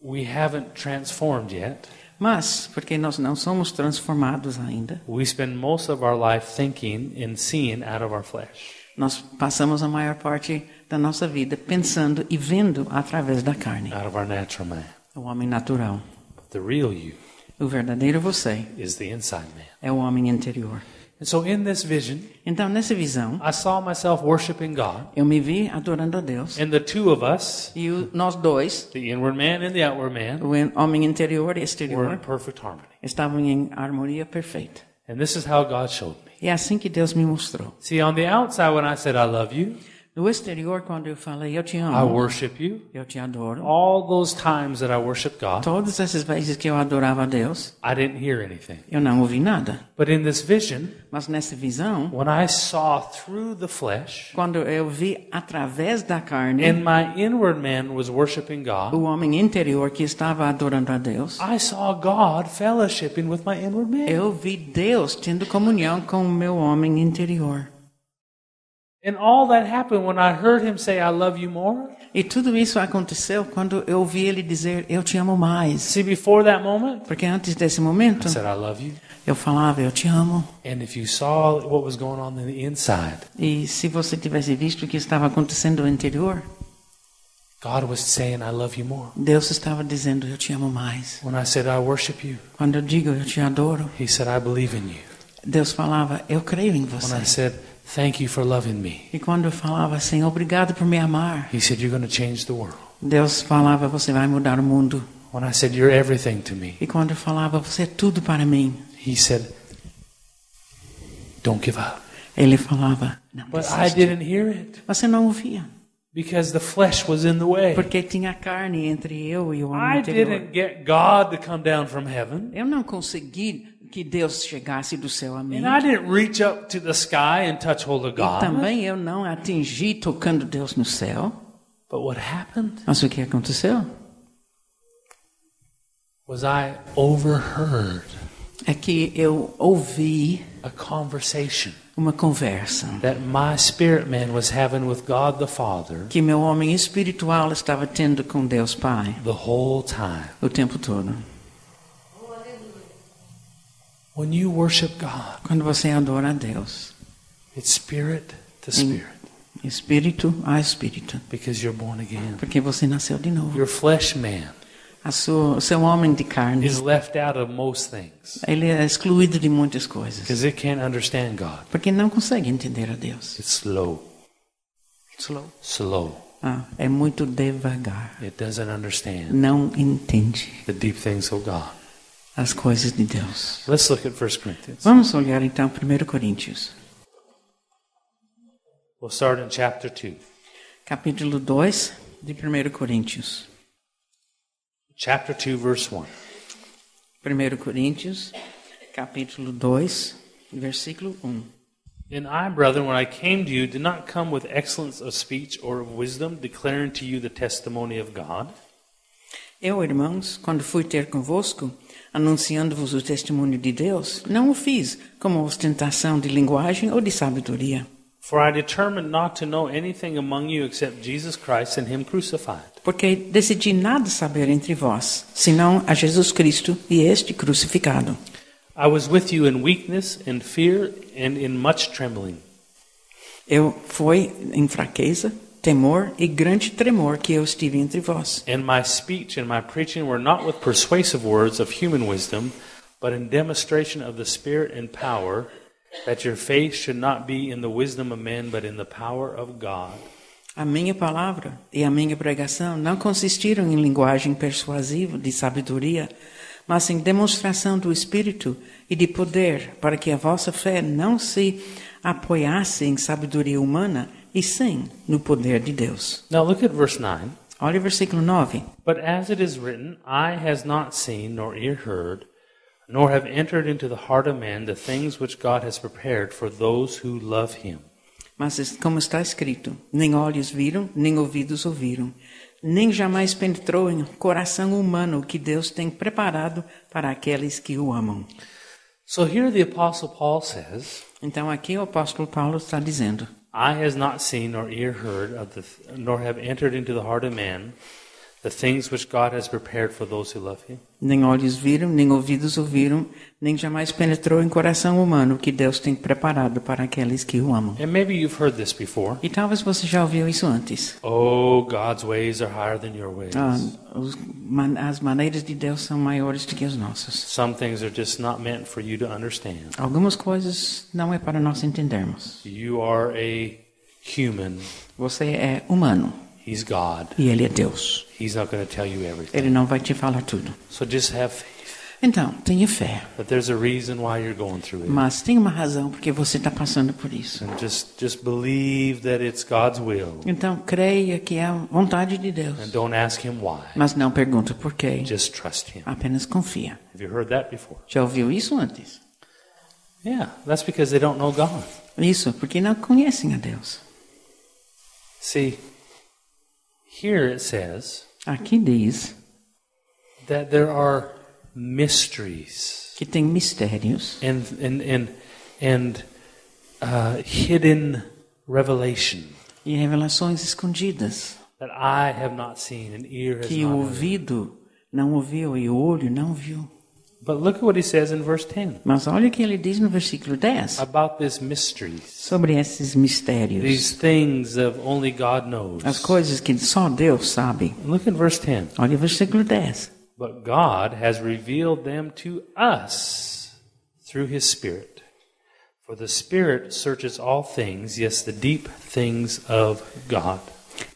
S1: we haven't transformed yet,
S2: Mas, porque nós não somos transformados ainda,
S1: we spend most of our life thinking and seeing out of our flesh.
S2: nós passamos a maior parte da nossa vida pensando e vendo através da carne.
S1: out of our natural man.
S2: O homem natural.
S1: But the real you
S2: O verdadeiro você
S1: is the inside man.
S2: é o homem interior.
S1: And so in this vision,
S2: Então, nessa visão,
S1: I saw myself worshiping God,
S2: eu me vi adorando a Deus.
S1: and the two of us,
S2: E o, nós dois,
S1: the inward man and the outward man,
S2: o in- homem interior e
S1: were
S2: exterior,
S1: in perfect harmony.
S2: estavam em harmonia perfeita.
S1: And this is how God showed me.
S2: E é assim que Deus me mostrou.
S1: See, on the outside, when I said, I love you,
S2: No exterior, quando eu falei, eu te
S1: I
S2: amo,
S1: worship you,
S2: eu te adoro,
S1: all those times that I worship God,
S2: todas essas vezes que eu adorava a Deus,
S1: I didn't hear anything.
S2: eu não ouvi nada.
S1: But in this vision,
S2: Mas nessa visão,
S1: when I saw through the flesh,
S2: quando eu vi através da carne
S1: and my inward man was worshiping God,
S2: o homem interior que estava adorando a Deus,
S1: I saw God fellowshipping with my inward man.
S2: eu vi Deus tendo comunhão com o meu homem interior.
S1: And all that happened when I heard him say, I love you more.
S2: E tudo isso aconteceu quando eu ouvi ele dizer, eu te amo mais.
S1: See, before that moment,
S2: Porque antes desse
S1: I
S2: momento,
S1: said, I love you.
S2: eu falava, eu te amo.
S1: And if you saw what was going on in the inside,
S2: E se você tivesse visto o que estava acontecendo no interior,
S1: God was saying, I love you more.
S2: Deus estava dizendo: Eu te amo mais.
S1: When I said, I worship you,
S2: Quando eu digo eu te adoro,
S1: he said, I believe in you.
S2: Deus falava: Eu creio em
S1: When I
S2: você.
S1: said, thank you for loving me,
S2: E quando eu falava assim: Obrigado por me amar,
S1: he said, you're going to change the world.
S2: Deus falava: Você vai mudar o mundo.
S1: When I said, you're everything to me,
S2: E quando eu falava: Você é tudo para mim,
S1: he said, don't give up.
S2: Ele falava: Não
S1: But I
S2: desiste.
S1: didn't hear it
S2: Você não ouvia,
S1: because the flesh was in the way.
S2: porque tinha carne entre eu e o homem
S1: I
S2: interior.
S1: didn't get God to come down from heaven.
S2: Eu não consegui que Deus chegasse do céu a mim.
S1: And I didn't reach up to the sky and touch hold of
S2: E
S1: God.
S2: também eu não atingi tocando Deus no céu.
S1: But what happened
S2: Mas o que aconteceu
S1: was I overheard
S2: é que eu ouvi
S1: a conversation
S2: uma conversa
S1: that my spirit man was having with God the Father
S2: que meu homem espiritual estava tendo com Deus Pai
S1: the whole time.
S2: o tempo todo.
S1: When you worship God,
S2: Quando você adora a Deus,
S1: it's spirit to spirit
S2: espírito a espírito,
S1: because you're born again.
S2: porque você nasceu de novo.
S1: Your flesh man
S2: A sua, o seu homem de carne,
S1: is left out of most things
S2: ele é excluído de muitas coisas,
S1: because it can't understand God.
S2: porque não consegue entender a Deus.
S1: It's slow, slow,
S2: Ah, é muito devagar.
S1: It doesn't understand
S2: Não entende
S1: the deep things of God.
S2: as coisas de Deus.
S1: Let's look at 1 Corinthians.
S2: Vamos olhar então 1 Coríntios,
S1: We'll start in chapter 2.
S2: capítulo 2 de 1 Coríntios.
S1: Chapter 2, verse 1.
S2: 1 Coríntios, capítulo 2, versículo 1.
S1: And I, brethren, when I came to you, did not come with excellence of speech or of wisdom, declaring to you the testimony of God.
S2: Eu, irmãos, quando fui ter convosco, anunciando-vos o testemunho de Deus, não o fiz como ostentação de linguagem ou de sabedoria,
S1: For I determined not to know anything among you except Jesus Christ and Him crucified.
S2: porque decidi nada saber entre vós, senão a Jesus Cristo e este crucificado.
S1: I was with you in weakness and fear and in much trembling.
S2: Eu fui em fraqueza, temor e grande tremor que eu estive entre vós.
S1: And my speech and my preaching were not with persuasive words of human wisdom, but in demonstration of the Spirit and power, that your faith should not be in the wisdom of men, but in the power of God.
S2: A minha palavra e a minha pregação não consistiram em linguagem persuasiva de sabedoria, mas em demonstração do Espírito e de poder, para que a vossa fé não se apoiasse em sabedoria humana, e sim no poder de Deus.
S1: Now look at verse 9.
S2: Olha o versículo 9.
S1: But as it is written, eye has not seen, nor ear heard, nor have entered into the heart of man the things which God has prepared for those who love him.
S2: Mas es- como está escrito, nem olhos viram, nem ouvidos ouviram, nem jamais penetrou em coração humano o que Deus tem preparado para aqueles que o amam.
S1: So here the Apostle Paul says,
S2: Então aqui o apóstolo Paulo está dizendo:
S1: Eye has not seen nor ear heard of the th- nor have entered into the heart of man the things which God has prepared for those who love him.
S2: nem olhos viram, nem ouvidos ouviram, nem jamais penetrou em coração humano o que Deus tem preparado para aqueles que o amam.
S1: And maybe you've heard this before.
S2: E talvez você já ouviu isso antes.
S1: Oh, God's ways are higher than your ways.
S2: Ah, os- man- as maneiras de Deus são maiores do que as nossas.
S1: Some things are just not meant for you to understand.
S2: Algumas coisas não é para nós entendermos.
S1: You are a human.
S2: Você é humano
S1: He's God.
S2: e ele é Deus.
S1: He's not going to tell you everything.
S2: Ele não vai te falar tudo.
S1: So just have faith
S2: Então, tenha fé,
S1: that there's a reason why you're going through it.
S2: mas tem uma razão porque você está passando por isso.
S1: And just just believe that it's God's will
S2: Então, creia que é a vontade de
S1: and
S2: Deus,
S1: don't ask him why.
S2: mas não pergunta por quê.
S1: Just trust him.
S2: Apenas confia.
S1: Have you heard that before?
S2: Já ouviu isso antes?
S1: Yeah, that's because they don't know God.
S2: Isso, porque não conhecem a Deus.
S1: See, here it says
S2: Aqui diz
S1: that there are mysteries
S2: que tem mistérios
S1: and and and and uh, hidden revelation
S2: e revelações escondidas
S1: that I have not seen and ear has
S2: que o
S1: not heard.
S2: ouvido não ouviu e o olho não viu.
S1: But look at what he says in verse ten
S2: Mas olha o que ele diz no versículo 10
S1: about these mysteries,
S2: sobre esses mistérios,
S1: these things of only God knows.
S2: as coisas que só Deus sabe.
S1: Look at verse ten.
S2: Olha o versículo 10.
S1: But God has revealed them to us through His Spirit. For the Spirit searches all things, yes, the deep things of God.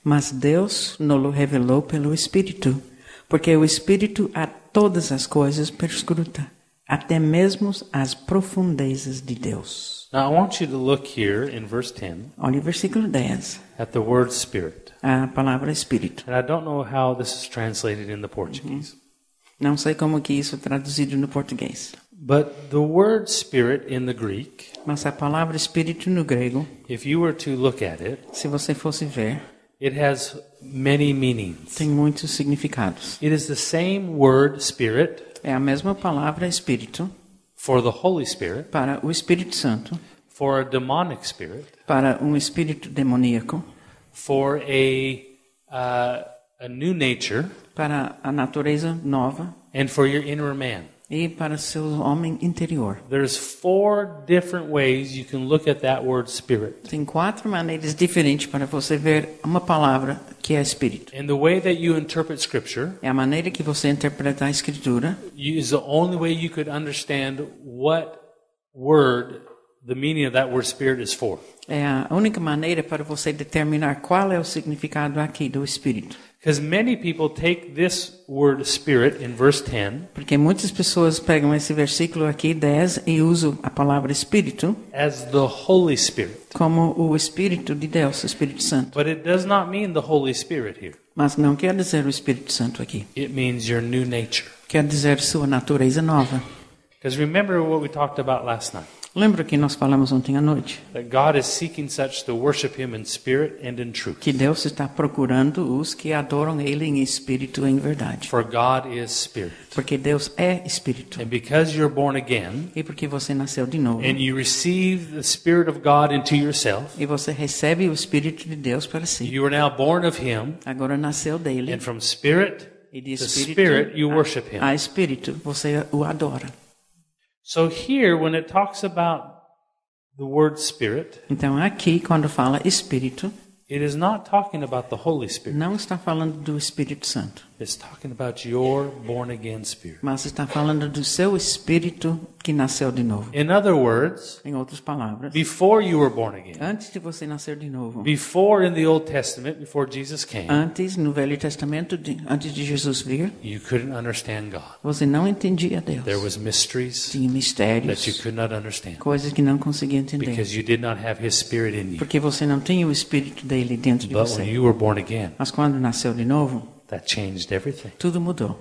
S2: Mas Deus nos revelou pelo Espírito, porque o Espírito a todas as coisas perscruta, até mesmo as profundezas de Deus.
S1: Now, I want you to look here in verse 10
S2: Olha o versículo 10,
S1: at the word Spirit.
S2: a palavra Espírito.
S1: And I don't know how this is translated in the Portuguese,
S2: Não sei como que isso é traduzido no português,
S1: but the word Spirit in the Greek,
S2: mas a palavra Espírito no grego,
S1: if you were to look at it,
S2: se você fosse ver,
S1: it has many meanings.
S2: tem muitos significados.
S1: It is the same word Spirit
S2: É a mesma palavra Espírito
S1: for the Holy Spirit,
S2: para o Espírito Santo,
S1: for a demonic spirit.
S2: para um espírito demoníaco,
S1: for a uh, a new nature
S2: para a natureza nova
S1: and for your inner man.
S2: e para seu homem interior.
S1: There's four different ways you can look at that word spirit.
S2: Tem quatro maneiras diferentes para você ver uma palavra que é Espírito.
S1: And the way that you interpret scripture
S2: É a maneira que você interpreta a Escritura
S1: you- is the only way you could understand what word the meaning of that word spirit is for.
S2: É a única maneira para você determinar qual é o significado aqui do Espírito.
S1: Because many people take this word spirit in verse 10
S2: Porque muitas pessoas pegam esse versículo aqui, 10, e usam a palavra Espírito
S1: as the Holy Spirit.
S2: como o Espírito de Deus, o Espírito Santo.
S1: But it does not mean the Holy Spirit here.
S2: Mas não quer dizer o Espírito Santo aqui.
S1: It means your new nature.
S2: Quer dizer sua natureza nova.
S1: Because remember what we talked about last night
S2: Lembra que nós falamos ontem à noite?
S1: that God is seeking such to worship Him in spirit and in truth.
S2: Que Deus está procurando os que adoram Ele em espírito e em verdade.
S1: For God is spirit.
S2: Porque Deus é espírito.
S1: And because you're born again
S2: E porque você nasceu de novo.
S1: and you receive the Spirit of God into yourself,
S2: E você recebe o Espírito de Deus para si.
S1: you are now born of Him,
S2: Agora nasceu dele.
S1: and from spirit
S2: E de
S1: to
S2: espírito
S1: spirit you
S2: a-
S1: worship Him.
S2: a espírito, você o adora.
S1: So here, when it talks about the word spirit,
S2: Então aqui, quando fala espírito,
S1: it is not talking about the Holy Spirit.
S2: não está falando do Espírito Santo,
S1: It's talking about your born again spirit.
S2: mas está falando do seu espírito que nasceu de novo.
S1: In other words,
S2: Em outras palavras,
S1: before you were born again,
S2: antes de você nascer de novo,
S1: before in the Old Testament, before Jesus came,
S2: antes no Velho Testamento, de, antes de Jesus vir,
S1: you couldn't understand God.
S2: você não entendia
S1: There
S2: Deus.
S1: was mysteries
S2: Tinha
S1: that you
S2: mistérios,
S1: could not understand
S2: coisas que não conseguia entender,
S1: because you did not have His Spirit in you.
S2: porque você não tinha o espírito dele dentro de
S1: But when
S2: você.
S1: you were born again,
S2: Mas quando nasceu de novo,
S1: that changed everything.
S2: tudo mudou.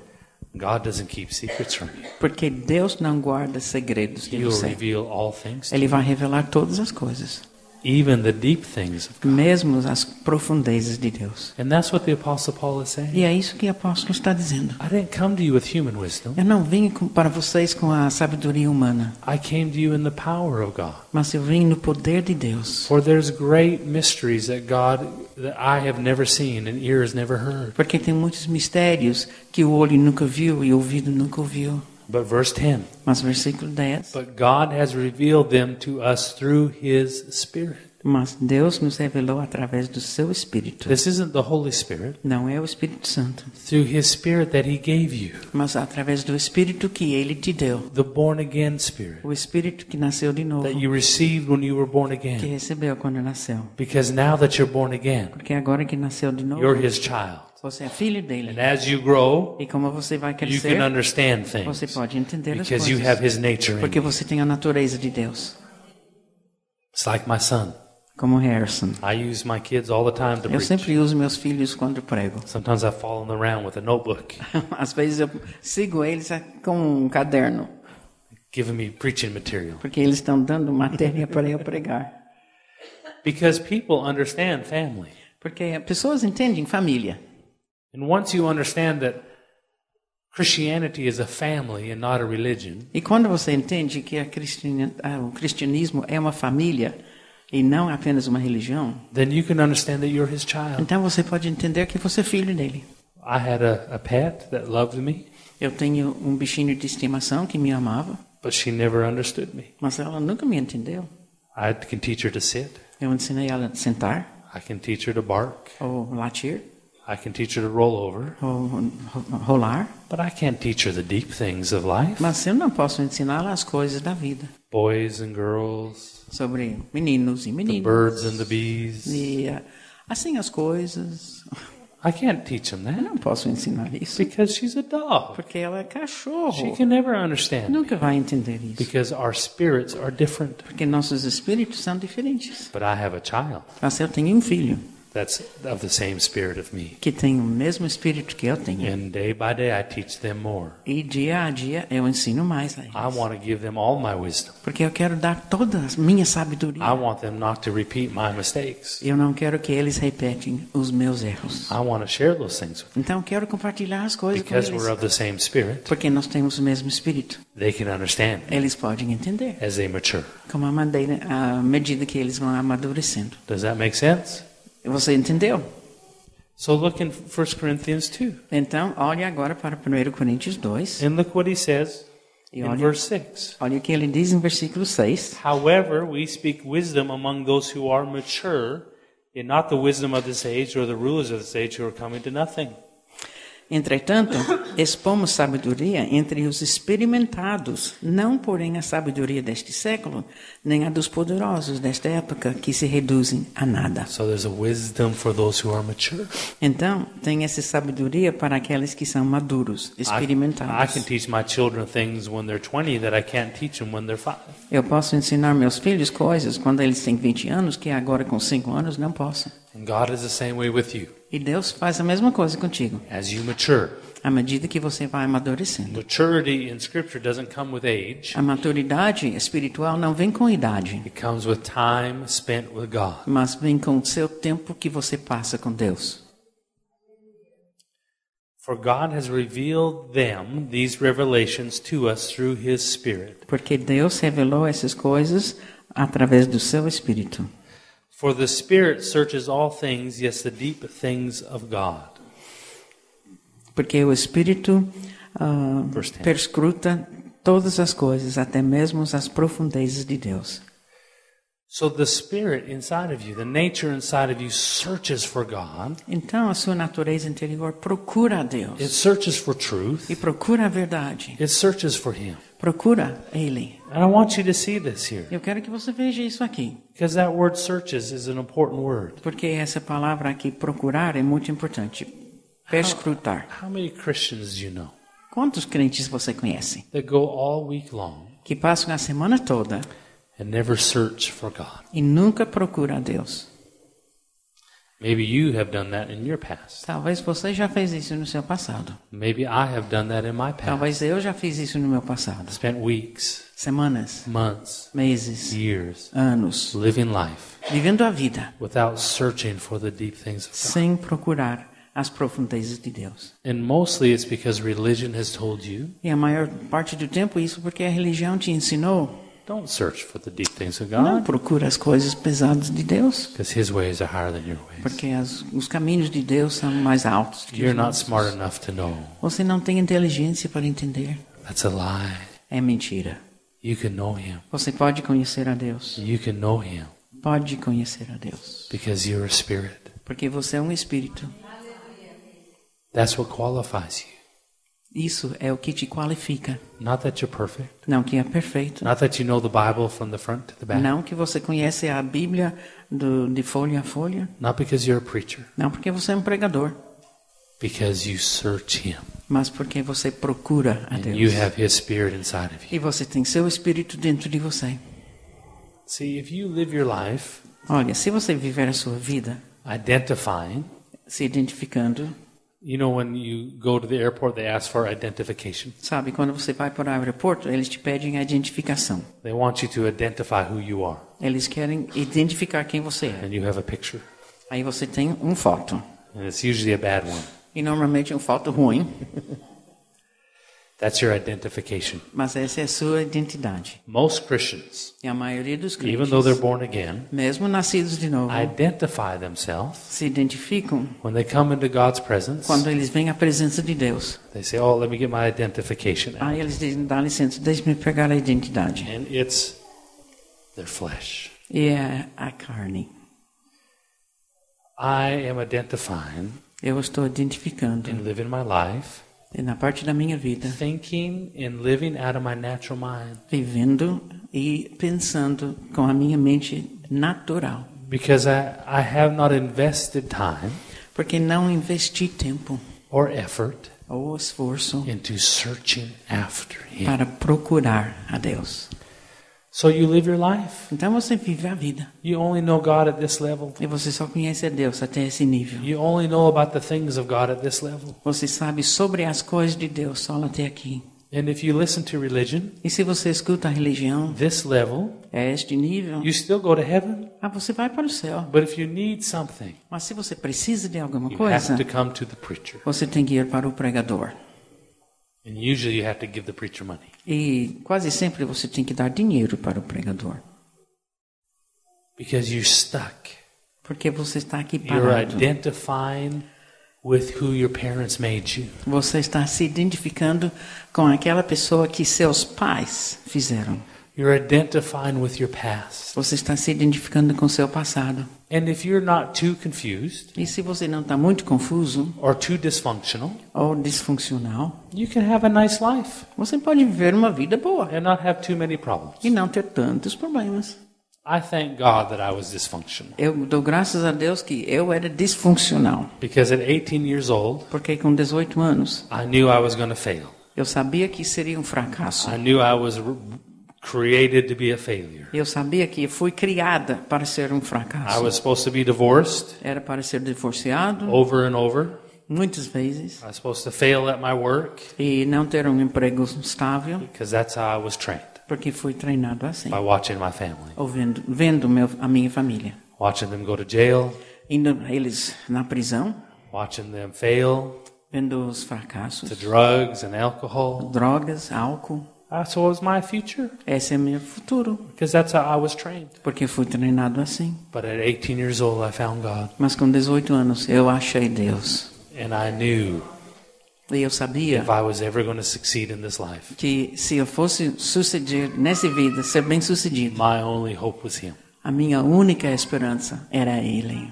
S1: God doesn't keep secrets from you.
S2: Porque Deus não guarda segredos de
S1: He will
S2: você.
S1: reveal all things, to you,
S2: Ele vai revelar todas as coisas,
S1: even the deep things.
S2: mesmo as profundezas de Deus.
S1: And that's what the Apostle Paul is saying.
S2: E é isso que o apóstolo está dizendo.
S1: I didn't come to you with human wisdom.
S2: Eu não vim com- para vocês com a sabedoria humana,
S1: I came to you in the power of God.
S2: mas eu vim no poder de Deus.
S1: For there's great mysteries that God that I have never seen and ear has never heard.
S2: Porque tem muitos mistérios que o olho nunca viu e o ouvido nunca ouviu.
S1: But verse 10,
S2: Mas versículo 10.
S1: but God has revealed them to us through his spirit.
S2: Mas Deus nos revelou através do seu Espírito.
S1: This isn't the Holy Spirit,
S2: Não é o Espírito Santo,
S1: through his spirit that he gave you,
S2: mas através do Espírito que ele te deu.
S1: the born again spirit
S2: O Espírito que nasceu de novo.
S1: that you received when you were born
S2: que
S1: again.
S2: recebeu quando nasceu.
S1: Because now that you're born again,
S2: Porque agora que nasceu de novo,
S1: you're his child.
S2: você é filho
S1: And
S2: dele.
S1: as you grow,
S2: E como você vai
S1: you can
S2: crescer,
S1: understand
S2: você
S1: things
S2: pode entender as
S1: because you have
S2: coisas.
S1: his nature in
S2: Porque
S1: you.
S2: você tem a natureza de Deus,
S1: It's like my son.
S2: como Harrison.
S1: I use my kids all the time to
S2: Eu
S1: preach.
S2: sempre uso meus filhos quando prego. *laughs*
S1: Sometimes I fall on the ground with a notebook,
S2: Às vezes eu sigo eles com um caderno,
S1: giving me preaching material.
S2: porque eles estão dando matéria *laughs* para eu pregar.
S1: Because people understand family.
S2: Porque pessoas entendem família.
S1: And once you understand that Christianity is a family and not a religion,
S2: E quando você entende que a cristiani- ah, o cristianismo é uma família e não apenas uma religião,
S1: then you can understand that you're his child.
S2: então você pode entender que você é filho dele.
S1: I had a, a pet that loved me,
S2: Eu tenho um bichinho de estimação que me amava,
S1: but she never understood me.
S2: mas ela nunca me entendeu.
S1: I can teach her to sit.
S2: Eu ensinei ela a sentar,
S1: I can teach her to bark.
S2: ou latir,
S1: I can teach her to roll over.
S2: ou ro- rolar,
S1: But I can't teach her the deep things of life
S2: mas eu não posso ensinar as coisas da vida,
S1: boys and girls,
S2: sobre meninos e
S1: the
S2: meninas,
S1: birds and the bees.
S2: e ah, assim as coisas.
S1: I can't teach them
S2: Eu
S1: that.
S2: não posso ensinar isso,
S1: Because she's a dog.
S2: porque ela é
S1: She
S2: cachorro.
S1: can never understand.
S2: Nunca vai entender isso,
S1: Because our spirits are different.
S2: porque nossos espíritos são diferentes.
S1: But I have a child
S2: Mas eu tenho um filho
S1: that's of the same spirit of me.
S2: que tem o mesmo espírito que eu tenho.
S1: And day by day, I teach them more.
S2: E dia a dia eu ensino mais a eles.
S1: I want to give them all my wisdom.
S2: Porque eu quero dar toda a minha sabedoria.
S1: I want them not to repeat my mistakes.
S2: Eu não quero que eles repetem os meus erros.
S1: I want to share those things with
S2: Então eu quero compartilhar as
S1: them.
S2: coisas com
S1: Ah. Because we're
S2: eles.
S1: of the same spirit,
S2: Porque nós temos o mesmo espírito.
S1: they can understand me
S2: Eles podem entender.
S1: as they mature.
S2: Como a madeira, à medida que eles vão amadurecendo.
S1: Does that make sense?
S2: Você entendeu?
S1: So look in 1 Corinthians 2.
S2: Então, olhe agora para 1 Coríntios 2.
S1: And look what he says
S2: E
S1: in
S2: olhe,
S1: verse 6.
S2: olhe o que ele diz em versículo 6.
S1: However, we speak wisdom among those who are mature, and not the wisdom of this age or the rulers of this age who are coming to nothing.
S2: Entretanto, expomos sabedoria entre os experimentados, não porém a sabedoria deste século, nem a dos poderosos desta época, que se reduzem a nada.
S1: So there's a wisdom for those who are mature.
S2: Então, tem essa sabedoria para aqueles que são maduros,
S1: I, I can
S2: experimentados.
S1: teach my children things when they're 20 that I can't teach them when they're 5.
S2: Eu posso ensinar meus filhos coisas quando eles têm 20 anos, que agora com 5 anos não posso.
S1: And God is the same way with you.
S2: E Deus faz a mesma coisa contigo,
S1: As you mature,
S2: à medida que você vai amadurecendo.
S1: maturity in Scripture doesn't come with age,
S2: A maturidade espiritual não vem com idade,
S1: it comes with time spent with God.
S2: mas vem com o seu tempo que você passa com Deus.
S1: For God has revealed them, these revelations, to us through His Spirit.
S2: Porque Deus revelou essas coisas através do seu Espírito.
S1: For the Spirit searches all things, yes, the deep things of God.
S2: Porque o Espírito ah,
S1: Verse 10.
S2: perscruta todas as coisas, até mesmo as profundezas de Deus.
S1: So the Spirit inside of you, the nature inside of you, searches for God.
S2: Então a sua natureza interior procura a Deus
S1: It searches for
S2: e
S1: truth.
S2: procura a verdade.
S1: It searches for Him.
S2: Procura Ele.
S1: And I want you to see this here,
S2: Eu quero que você veja isso aqui,
S1: because that word searches is an important word.
S2: porque essa palavra aqui, procurar, é muito importante. Perscrutar.
S1: How many Christians do you know
S2: Quantos crentes você conhece
S1: that go all week long
S2: que passam a semana toda
S1: and never search for God?
S2: e nunca procura a Deus?
S1: Maybe you have done that in your past.
S2: Talvez você já fez isso no seu passado.
S1: Maybe I have done that in my past.
S2: Talvez eu já fiz isso no meu passado.
S1: Spent weeks,
S2: Semanas,
S1: months,
S2: meses,
S1: years
S2: anos,
S1: living life
S2: vivendo a vida
S1: without searching for the deep things of God.
S2: sem procurar as profundezas de Deus.
S1: And mostly it's because religion has told you
S2: E a maior parte do tempo isso porque a religião te ensinou
S1: don't search for the deep things of
S2: não
S1: God
S2: procura as coisas pesadas de Deus,
S1: because His ways are higher than your ways.
S2: porque as, os caminhos de Deus são mais altos. que os
S1: You're not
S2: nossos.
S1: smart enough to know.
S2: Você não tem inteligência para entender.
S1: That's a lie.
S2: É mentira.
S1: You can know Him.
S2: Você pode conhecer a Deus.
S1: You can know Him
S2: Pode conhecer a Deus,
S1: because you're a spirit.
S2: porque você é um espírito.
S1: That's what qualifies you.
S2: Isso é o que te qualifica.
S1: Not that you're perfect.
S2: Não que é perfeito.
S1: Not that you know the Bible from the front to the back.
S2: Não que você conhece a Bíblia do, de folha a folha.
S1: Not because you're a preacher.
S2: Não porque você é um pregador.
S1: Because you search Him.
S2: Mas porque você procura a
S1: And you
S2: Deus.
S1: have His Spirit inside of you.
S2: E você tem seu espírito dentro de você.
S1: See, if you live your life
S2: Olha, se você viver a sua vida
S1: identifying
S2: se identificando,
S1: You know, when you go to the airport, they ask for identification.
S2: sabe, quando você vai para o aeroporto, eles te pedem a identificação.
S1: They want you to identify who you are,
S2: Eles querem identificar quem você é.
S1: and you have a picture.
S2: Aí você tem um foto.
S1: And it's usually a bad one.
S2: E normalmente é um foto ruim,
S1: That's your identification.
S2: mas essa é a sua identidade.
S1: Most Christians,
S2: E a maioria dos
S1: even though they're
S2: crentes,
S1: born again,
S2: mesmo nascidos de novo,
S1: identify themselves.
S2: se identificam
S1: When they come into God's presence,
S2: Quando eles veem a presença de Deus,
S1: they say, Oh, let me get my identification out.
S2: aí eles dizem: dá licença, deixe-me pegar a identidade.
S1: And it's their flesh.
S2: E é a carne.
S1: I am identifying
S2: Eu estou identificando
S1: and living my life,
S2: e na parte da minha vida,
S1: thinking and living out of my natural mind
S2: vivendo e pensando com a minha mente natural,
S1: because I, I have not invested time.
S2: porque não investi tempo
S1: or effort
S2: ou esforço
S1: into searching after Him.
S2: para procurar a Deus.
S1: So you live your life.
S2: Então você vive a vida
S1: You only know God at this level.
S2: e você só conhece a Deus até esse nível.
S1: You only know about the things of God at this level.
S2: Você sabe sobre as coisas de Deus só até aqui.
S1: And if you listen to religion,
S2: E se você escuta a religião,
S1: this level,
S2: é este nível,
S1: you still go to heaven.
S2: Ah, você vai para o céu.
S1: But if you need something,
S2: Mas se você precisa de alguma
S1: you have
S2: coisa,
S1: to come to the preacher.
S2: você tem que ir para o pregador.
S1: And usually you have to give the preacher money.
S2: E quase sempre você tem que dar dinheiro para o pregador.
S1: Because you're stuck.
S2: Porque você está aqui
S1: You're
S2: parado.
S1: identifying with who your parents made you.
S2: Você está se identificando com aquela pessoa que seus pais fizeram.
S1: You're identifying with your past.
S2: Você está se identificando com seu passado.
S1: And if you're not too confused
S2: E se você não está muito confuso
S1: or too dysfunctional,
S2: ou disfuncional,
S1: you can have a nice life
S2: você pode viver uma vida boa
S1: and not have too many problems.
S2: e não ter tantos problemas.
S1: I thank God that I was dysfunctional
S2: Eu dou graças a Deus que eu era disfuncional,
S1: because at 18 years old,
S2: porque com 18 anos
S1: I knew I was going to fail.
S2: eu sabia que seria um fracasso.
S1: I knew I was r created to be a failure.
S2: Eu sabia que fui criada para ser um
S1: I
S2: fracasso.
S1: was Oh. supposed to be divorced
S2: Era para ser divorciado
S1: over and over.
S2: muitas vezes
S1: I was supposed to fail at my work
S2: e não ter um emprego estável,
S1: because that's how I was trained
S2: porque fui treinado assim,
S1: by watching my family,
S2: ouvindo, vendo meu, a minha família.
S1: watching them go to jail,
S2: Indo eles na prisão,
S1: watching them fail
S2: vendo os
S1: to
S2: fracassos,
S1: drugs and alcohol.
S2: drogas, álcool.
S1: Uh, so it was my future
S2: Esse é meu futuro,
S1: because that's how I was trained.
S2: porque fui treinado assim.
S1: But at 18 years old, I found God
S2: Mas com 18 anos eu achei Deus.
S1: and I knew
S2: E eu sabia
S1: if I was ever going to succeed in this life,
S2: que se eu fosse suceder nessa vida, ser bem sucedido,
S1: my only hope was Him.
S2: a minha única esperança era Ele.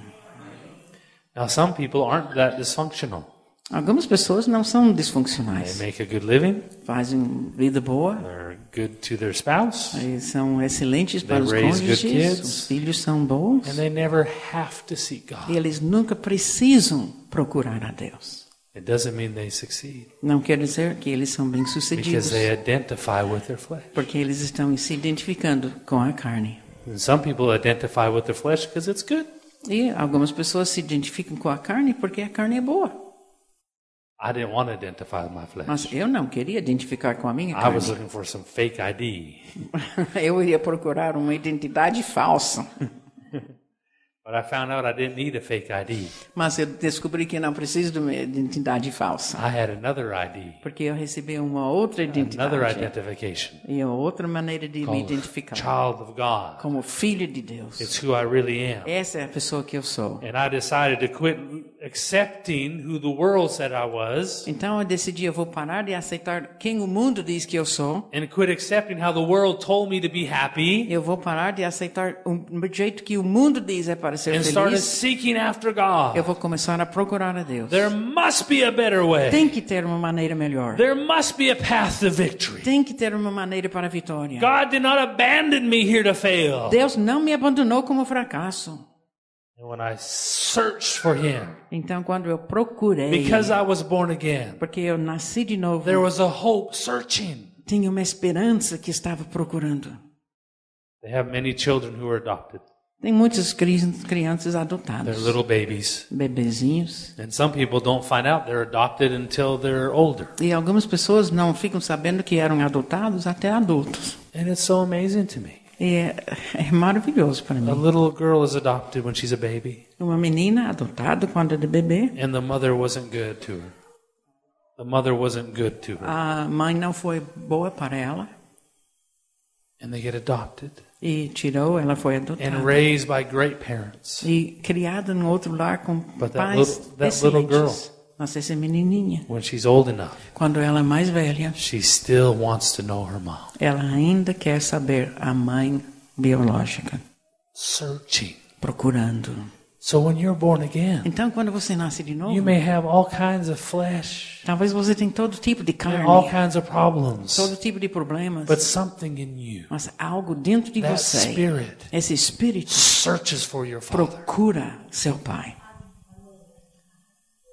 S1: Now, some people aren't that dysfunctional.
S2: Algumas pessoas não são
S1: They
S2: disfuncionais,
S1: make a good living,
S2: fazem vida boa,
S1: they're good to their spouse,
S2: e são excelentes para
S1: They
S2: os
S1: raise good
S2: cônjuges,
S1: kids.
S2: os filhos são bons,
S1: and they never have to seek
S2: e
S1: God.
S2: eles nunca precisam procurar a Deus.
S1: It doesn't mean they succeed
S2: Não quer dizer que eles são bem-sucedidos,
S1: because they identify with their flesh.
S2: porque eles estão se identificando com a carne.
S1: And some people identify with their flesh because it's good.
S2: E algumas pessoas se identificam com a carne porque a carne é boa.
S1: I didn't want to identify with my flesh.
S2: Mas eu não queria identificar com a minha
S1: I
S2: carne.
S1: was looking for some fake ID,
S2: *laughs* Eu iria procurar uma identidade falsa.
S1: but I found out I didn't need a fake ID.
S2: Mas eu descobri que não preciso de uma identidade falsa.
S1: I had another ID,
S2: Porque eu recebi uma outra
S1: another
S2: identidade.
S1: identification
S2: E uma outra maneira de me
S1: called
S2: identificar.
S1: child of God.
S2: Como filho de Deus.
S1: It's who I really am.
S2: Essa é a pessoa que eu sou.
S1: And I decided to quit accepting who the world said I was
S2: Então eu decidi, eu vou parar de aceitar quem o mundo diz que eu sou.
S1: and quit accepting how the world told me to be happy
S2: Eu vou parar de aceitar o o jeito que o mundo diz é para ser
S1: and started
S2: feliz.
S1: seeking after
S2: Eu
S1: God.
S2: vou começar a procurar a Deus.
S1: There must be a better way.
S2: Tem que ter uma maneira melhor.
S1: There must be a path to victory.
S2: Tem que ter uma maneira para a vitória.
S1: God did not abandon me here to fail.
S2: Deus não me abandonou como fracasso.
S1: And when I searched for him,
S2: Então, quando eu procurei,
S1: because I was born again,
S2: porque eu nasci de novo,
S1: there was a hope searching.
S2: tinha uma esperança que estava procurando.
S1: They have many children who are adopted.
S2: Tem muitas cri- crianças
S1: They're
S2: adotadas,
S1: little babies.
S2: bebezinhos,
S1: And some people don't find out they're adopted until they're older.
S2: e algumas pessoas não ficam sabendo que eram adotados até adultos.
S1: And it's so amazing to me.
S2: E é, é maravilhoso para
S1: A
S2: mim.
S1: little girl is adopted when she's a baby,
S2: Uma menina adotada quando era bebê,
S1: and the mother wasn't good to her. The mother wasn't good to her.
S2: a mãe não foi boa para ela
S1: And they get adopted
S2: e tirou, ela foi
S1: and
S2: adotada
S1: raised by great parents.
S2: e criada em outro lar com
S1: But that
S2: pais
S1: little- that little
S2: excelentes. Mas essa é menininha
S1: When she's old enough,
S2: Quando ela é mais velha,
S1: she still wants to know her mom.
S2: ela ainda quer saber a mãe biológica,
S1: Searching.
S2: procurando.
S1: So when you're born again,
S2: Então, quando você nasce de
S1: You
S2: novo,
S1: may have all kinds of flesh
S2: talvez você tenha todo tipo de
S1: and all
S2: carne,
S1: kinds of problems,
S2: todo tipo de problemas,
S1: but something in you,
S2: mas algo dentro de
S1: that
S2: você,
S1: spirit,
S2: esse espírito,
S1: searches for your Father.
S2: procura seu pai.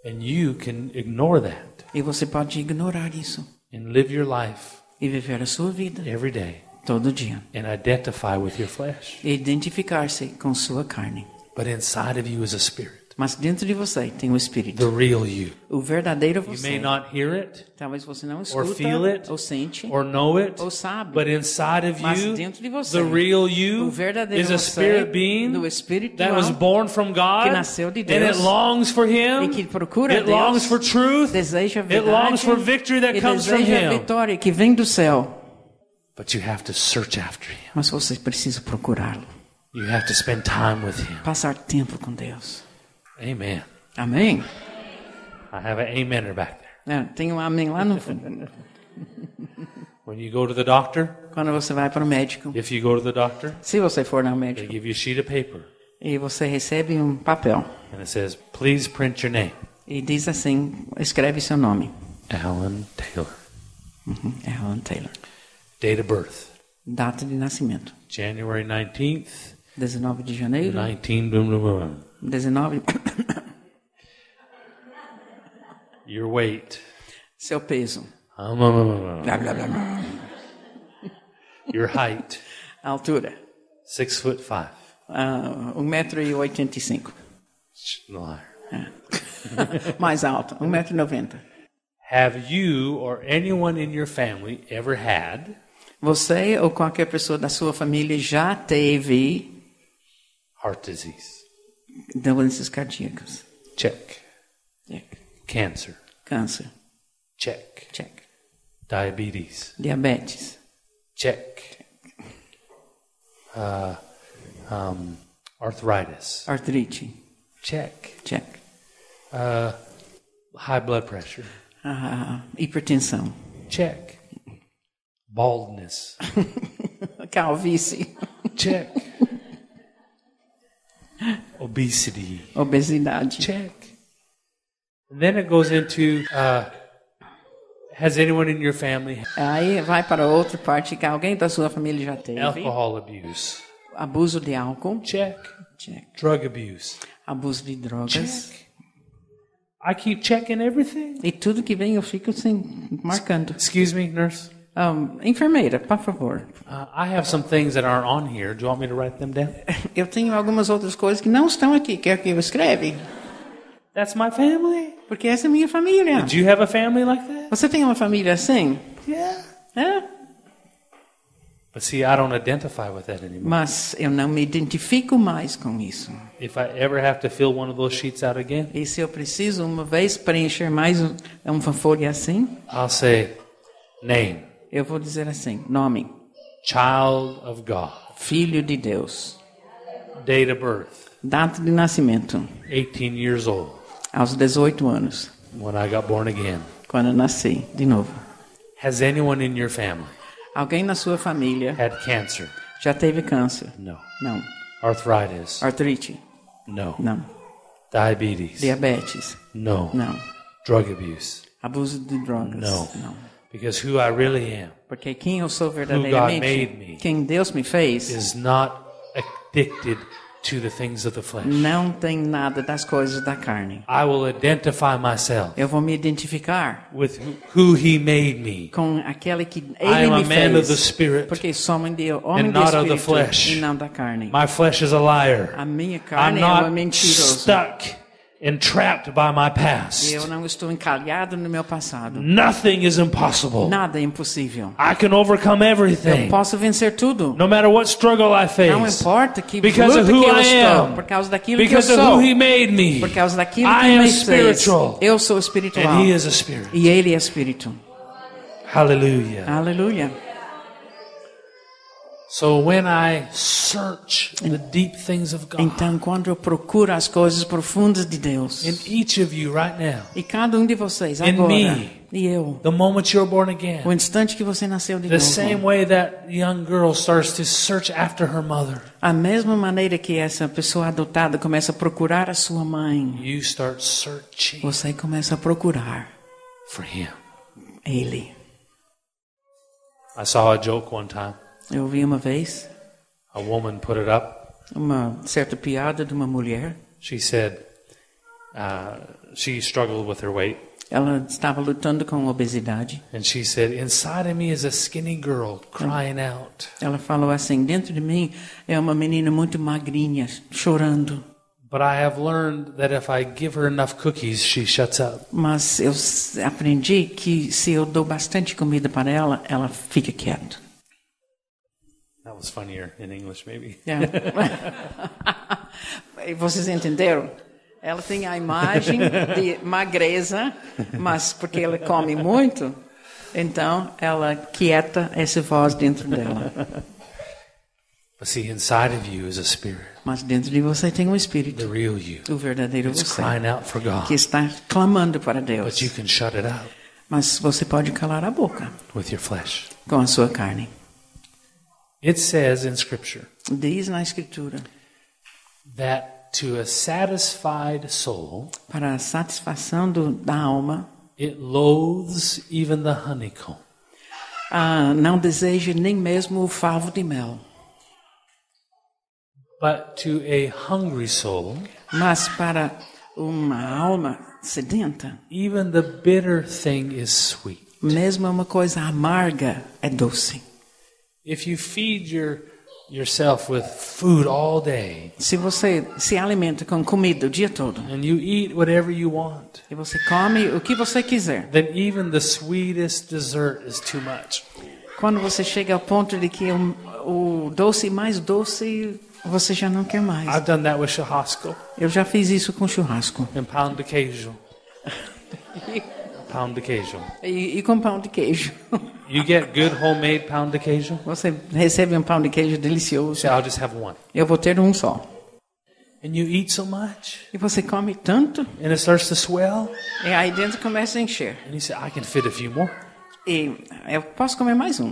S1: And you can ignore that
S2: E você pode ignorar isso
S1: and live your life
S2: e viver a sua vida
S1: every day
S2: todo dia.
S1: and identify with your flesh.
S2: E Identificar-se com sua carne.
S1: But inside of you is a spirit,
S2: Mas dentro de você tem o espírito,
S1: the real you.
S2: o verdadeiro é
S1: You may
S2: você.
S1: not hear it
S2: Talvez você não
S1: or
S2: escuta
S1: feel it
S2: ou sente.
S1: or know it,
S2: ou sabe.
S1: but inside of
S2: Mas
S1: you,
S2: dentro de você,
S1: the real
S2: o
S1: you
S2: verdadeiro é
S1: is a
S2: você
S1: spirit being
S2: do espiritual
S1: that was born from God
S2: que nasceu de
S1: and it
S2: Deus
S1: longs for Him.
S2: e que procura
S1: it
S2: Deus,
S1: longs for truth.
S2: deseja a
S1: It longs
S2: verdade
S1: for victory that
S2: e
S1: comes from
S2: deseja a
S1: Him.
S2: vitória que vem do céu.
S1: But you have to search after Him.
S2: Mas você precisa procurá-lo,
S1: You have to spend time with Him.
S2: passar tempo com Deus.
S1: Amen.
S2: Amém?
S1: I have an amener back there. *laughs*
S2: É, tem um amém lá no fundo.
S1: When you go to the doctor,
S2: Quando você vai para o médico,
S1: if you go to the doctor,
S2: se você for no
S1: they
S2: médico
S1: give you a sheet of paper
S2: e você recebe um papel
S1: and it says, "Please print your name,
S2: e diz assim, escreve seu nome.
S1: Alan Taylor,
S2: Uhum, é Alan Taylor.
S1: date of birth,
S2: Data de nascimento.
S1: January 19th,
S2: 19 de janeiro,
S1: 19 boom boom boom.
S2: 19...
S1: Your weight,
S2: *coughs* seu peso.
S1: um, um, um, um, um.
S2: Blá, blá, blá, blá.
S1: your height,
S2: Altura.
S1: six foot five.
S2: Ah, 1,85m.
S1: Shh, Liar.
S2: É. *laughs* Mais Um alto, 1,90m.
S1: Have you or anyone in your family ever had
S2: Você ou qualquer pessoa da sua família já teve
S1: heart disease?
S2: doenças cardíacas?
S1: Check.
S2: Check.
S1: Cancer.
S2: Câncer?
S1: Check.
S2: Check.
S1: Diabetes.
S2: Diabetes?
S1: Check. Uh, um, arthritis.
S2: Artrite?
S1: Check.
S2: Check.
S1: Uh, high blood pressure.
S2: Ah, hipertensão?
S1: Check. Baldness.
S2: Calvície? *laughs*
S1: Check. *laughs* Obesity.
S2: Obesidade?
S1: check. And then it goes into uh, has anyone in your family
S2: Aí vai para outra parte que alguém da sua família já teve.
S1: alcohol abuse?
S2: Abuso de álcool?
S1: Check.
S2: Check.
S1: Drug abuse?
S2: Abuso de drogas?
S1: Check. I keep checking everything.
S2: E tudo que vem eu fico assim, marcando.
S1: Excuse me, nurse.
S2: Ah, enfermeira, por favor.
S1: Uh, I have some things that aren't on here. Do you want me to write them down?
S2: Eu tenho algumas outras coisas que não estão aqui. Quer que eu escreve?
S1: That's my family.
S2: Porque essa é minha família.
S1: Do you have a family like that?
S2: Você tem uma família assim?
S1: Yeah.
S2: É?
S1: But see, I don't identify with that anymore.
S2: Mas eu não me identifico mais com isso.
S1: If I ever have to fill one of those sheets out again,
S2: E se eu preciso uma vez preencher mais um- uma folha assim,
S1: I'll say name,
S2: eu vou dizer assim: nome,
S1: child of God,
S2: filho de Deus,
S1: date of birth,
S2: data de nascimento,
S1: 18 years old
S2: aos 18 anos,
S1: when I got born again.
S2: quando eu nasci de novo.
S1: Has anyone in your family
S2: Alguém na sua família
S1: had cancer?
S2: já teve câncer?
S1: No.
S2: Não.
S1: Arthritis?
S2: Artrite?
S1: No.
S2: Não.
S1: Diabetes?
S2: Diabetes?
S1: No.
S2: Não.
S1: Drug abuse?
S2: Abuso de drogas?
S1: No.
S2: Não.
S1: Because who I really am
S2: Porque quem eu sou
S1: made me.
S2: verdadeiramente, quem Deus me fez,
S1: is not addicted to the things of the flesh.
S2: não tem nada das coisas da carne.
S1: I will identify myself
S2: Eu vou me identificar
S1: with who- who He made me.
S2: com aquele que
S1: I
S2: Ele
S1: am a
S2: me
S1: man of the
S2: fez.
S1: Spirit.
S2: Porque sou homem de homem
S1: and
S2: do
S1: not of the
S2: espírito
S1: flesh.
S2: e não da carne.
S1: My flesh is a liar.
S2: A minha
S1: I'm
S2: carne é uma
S1: not
S2: mentirosa.
S1: stuck and trapped by my
S2: E
S1: past.
S2: eu não estou encalhado no meu passado.
S1: Nothing is impossible.
S2: Nada é impossível.
S1: I can overcome
S2: Eu
S1: everything,
S2: posso vencer tudo.
S1: no matter what struggle I
S2: Não
S1: face,
S2: importa que
S1: Because
S2: luta
S1: of
S2: que
S1: who
S2: eu
S1: I
S2: estou,
S1: am.
S2: por causa daquilo que eu
S1: because of who
S2: sou,
S1: He made me.
S2: por causa daquilo que
S1: I
S2: Ele
S1: am
S2: me fez.
S1: spiritual,
S2: Eu sou
S1: and
S2: espiritual
S1: He is a spirit.
S2: e Ele é espírito.
S1: Hallelujah.
S2: Aleluia.
S1: So when I search the deep things of God
S2: Então, quando eu procuro as coisas profundas de Deus,
S1: in each of you right now,
S2: e cada um de vocês
S1: In
S2: agora,
S1: me.
S2: e eu,
S1: the moment you're born
S2: o
S1: again,
S2: instante que você nasceu de
S1: the
S2: novo,
S1: same way that young girl starts to search after her mother,
S2: a mesma maneira que essa pessoa adotada começa a procurar a sua mãe,
S1: you start searching
S2: você começa a procurar
S1: for Him.
S2: Ele.
S1: I saw a joke one time.
S2: Eu vi uma vez
S1: A woman put it up.
S2: uma certa piada de uma mulher.
S1: She said uh, she struggled with her weight,
S2: Ela estava lutando com obesidade.
S1: and she said, "Inside of me is a skinny girl crying out,
S2: Ela falou assim: dentro de mim é uma menina muito magrinha, chorando.
S1: but I have learned that if I give her enough cookies, she shuts up."
S2: Mas eu s- aprendi que se eu dou bastante comida para ela, ela fica quieta.
S1: That was funnier in English, maybe.
S2: *laughs* É. Vocês entenderam? Ela tem a imagem de magreza, mas porque ela come muito, então ela quieta essa voz dentro dela.
S1: But see, inside of you is a spirit,
S2: Mas dentro de você tem um espírito,
S1: the real you.
S2: o verdadeiro
S1: It's
S2: você,
S1: crying out for
S2: que
S1: God,
S2: está clamando para
S1: but you
S2: Deus.
S1: can shut it out
S2: Mas você pode calar a boca
S1: with your flesh.
S2: com a sua carne.
S1: It says in Scripture
S2: Diz na Escritura,
S1: that to a satisfied soul,
S2: para a satisfação do, da alma,
S1: it loathes even the honeycomb.
S2: ah, não deseje nem mesmo o favo de mel.
S1: But to a hungry soul,
S2: Mas para uma alma sedenta,
S1: even the bitter thing is sweet.
S2: mesmo uma coisa amarga é doce.
S1: If you feed your yourself with food all day
S2: Se você se alimenta com comida o dia todo
S1: and you eat whatever you want,
S2: e você come o que você quiser,
S1: then even the sweetest dessert is too much.
S2: quando você chega ao ponto de que o, o doce mais doce você já não quer mais.
S1: I've done that with Shahasko
S2: Eu já fiz isso com churrasco
S1: and pound de queijo. pound de queijo.
S2: e, e com pão de queijo. *laughs*
S1: You get good homemade pound de queijo?
S2: Você recebe um pão de queijo delicioso.
S1: Say, I'll just have one.
S2: Eu vou ter um só.
S1: And you eat so much,
S2: E você come tanto
S1: and it starts to swell,
S2: e aí dentro começa a encher.
S1: and you say, I can fit a few more.
S2: E eu posso comer mais um.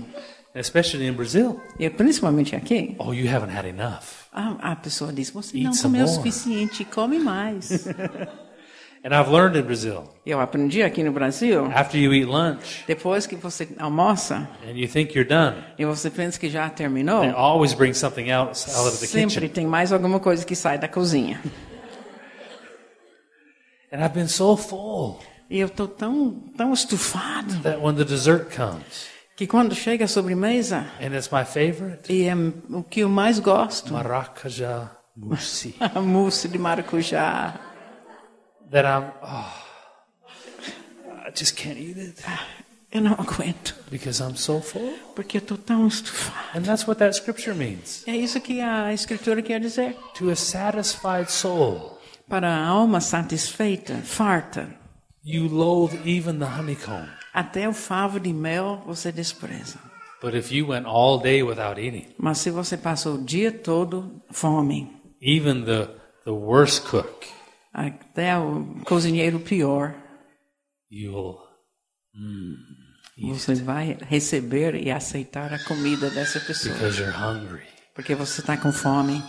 S1: And especially in Brazil.
S2: E principalmente aqui,
S1: Oh, you haven't had enough.
S2: a, a pessoa diz: você
S1: Eat
S2: não
S1: some
S2: comeu o
S1: more."
S2: suficiente, come mais. *laughs*
S1: And I've learned in Brazil,
S2: eu aprendi aqui no Brasil.
S1: after you eat lunch
S2: Depois que você almoça
S1: and you think you're done,
S2: e você pensa que já
S1: they
S2: terminou,
S1: always bring something else out of the
S2: sempre
S1: kitchen.
S2: tem mais alguma coisa que sai da cozinha.
S1: And I've been so full
S2: E eu estou tão, tão estufado
S1: that when the dessert comes,
S2: que quando chega a sobremesa,
S1: and it's my favorite,
S2: e é o que eu mais gosto,
S1: maracajá mousse,
S2: a mousse de maracujá,
S1: that I'm, oh, I just can't eat it
S2: eu não aguento,
S1: because I'm so full.
S2: porque eu estou tão estufado.
S1: And that's what that scripture means.
S2: É isso que a Escritura quer dizer.
S1: To a satisfied soul,
S2: Para a alma satisfeita, farta,
S1: you loathe even the honeycomb.
S2: até o favo de mel você despreza.
S1: But if you went all day without eating,
S2: Mas se você passa o dia todo fome,
S1: even the, the worst cook,
S2: Até o cozinheiro pior,
S1: you'll
S2: você vai receber e aceitar a comida dessa pessoa,
S1: because you're hungry.
S2: porque você está com fome.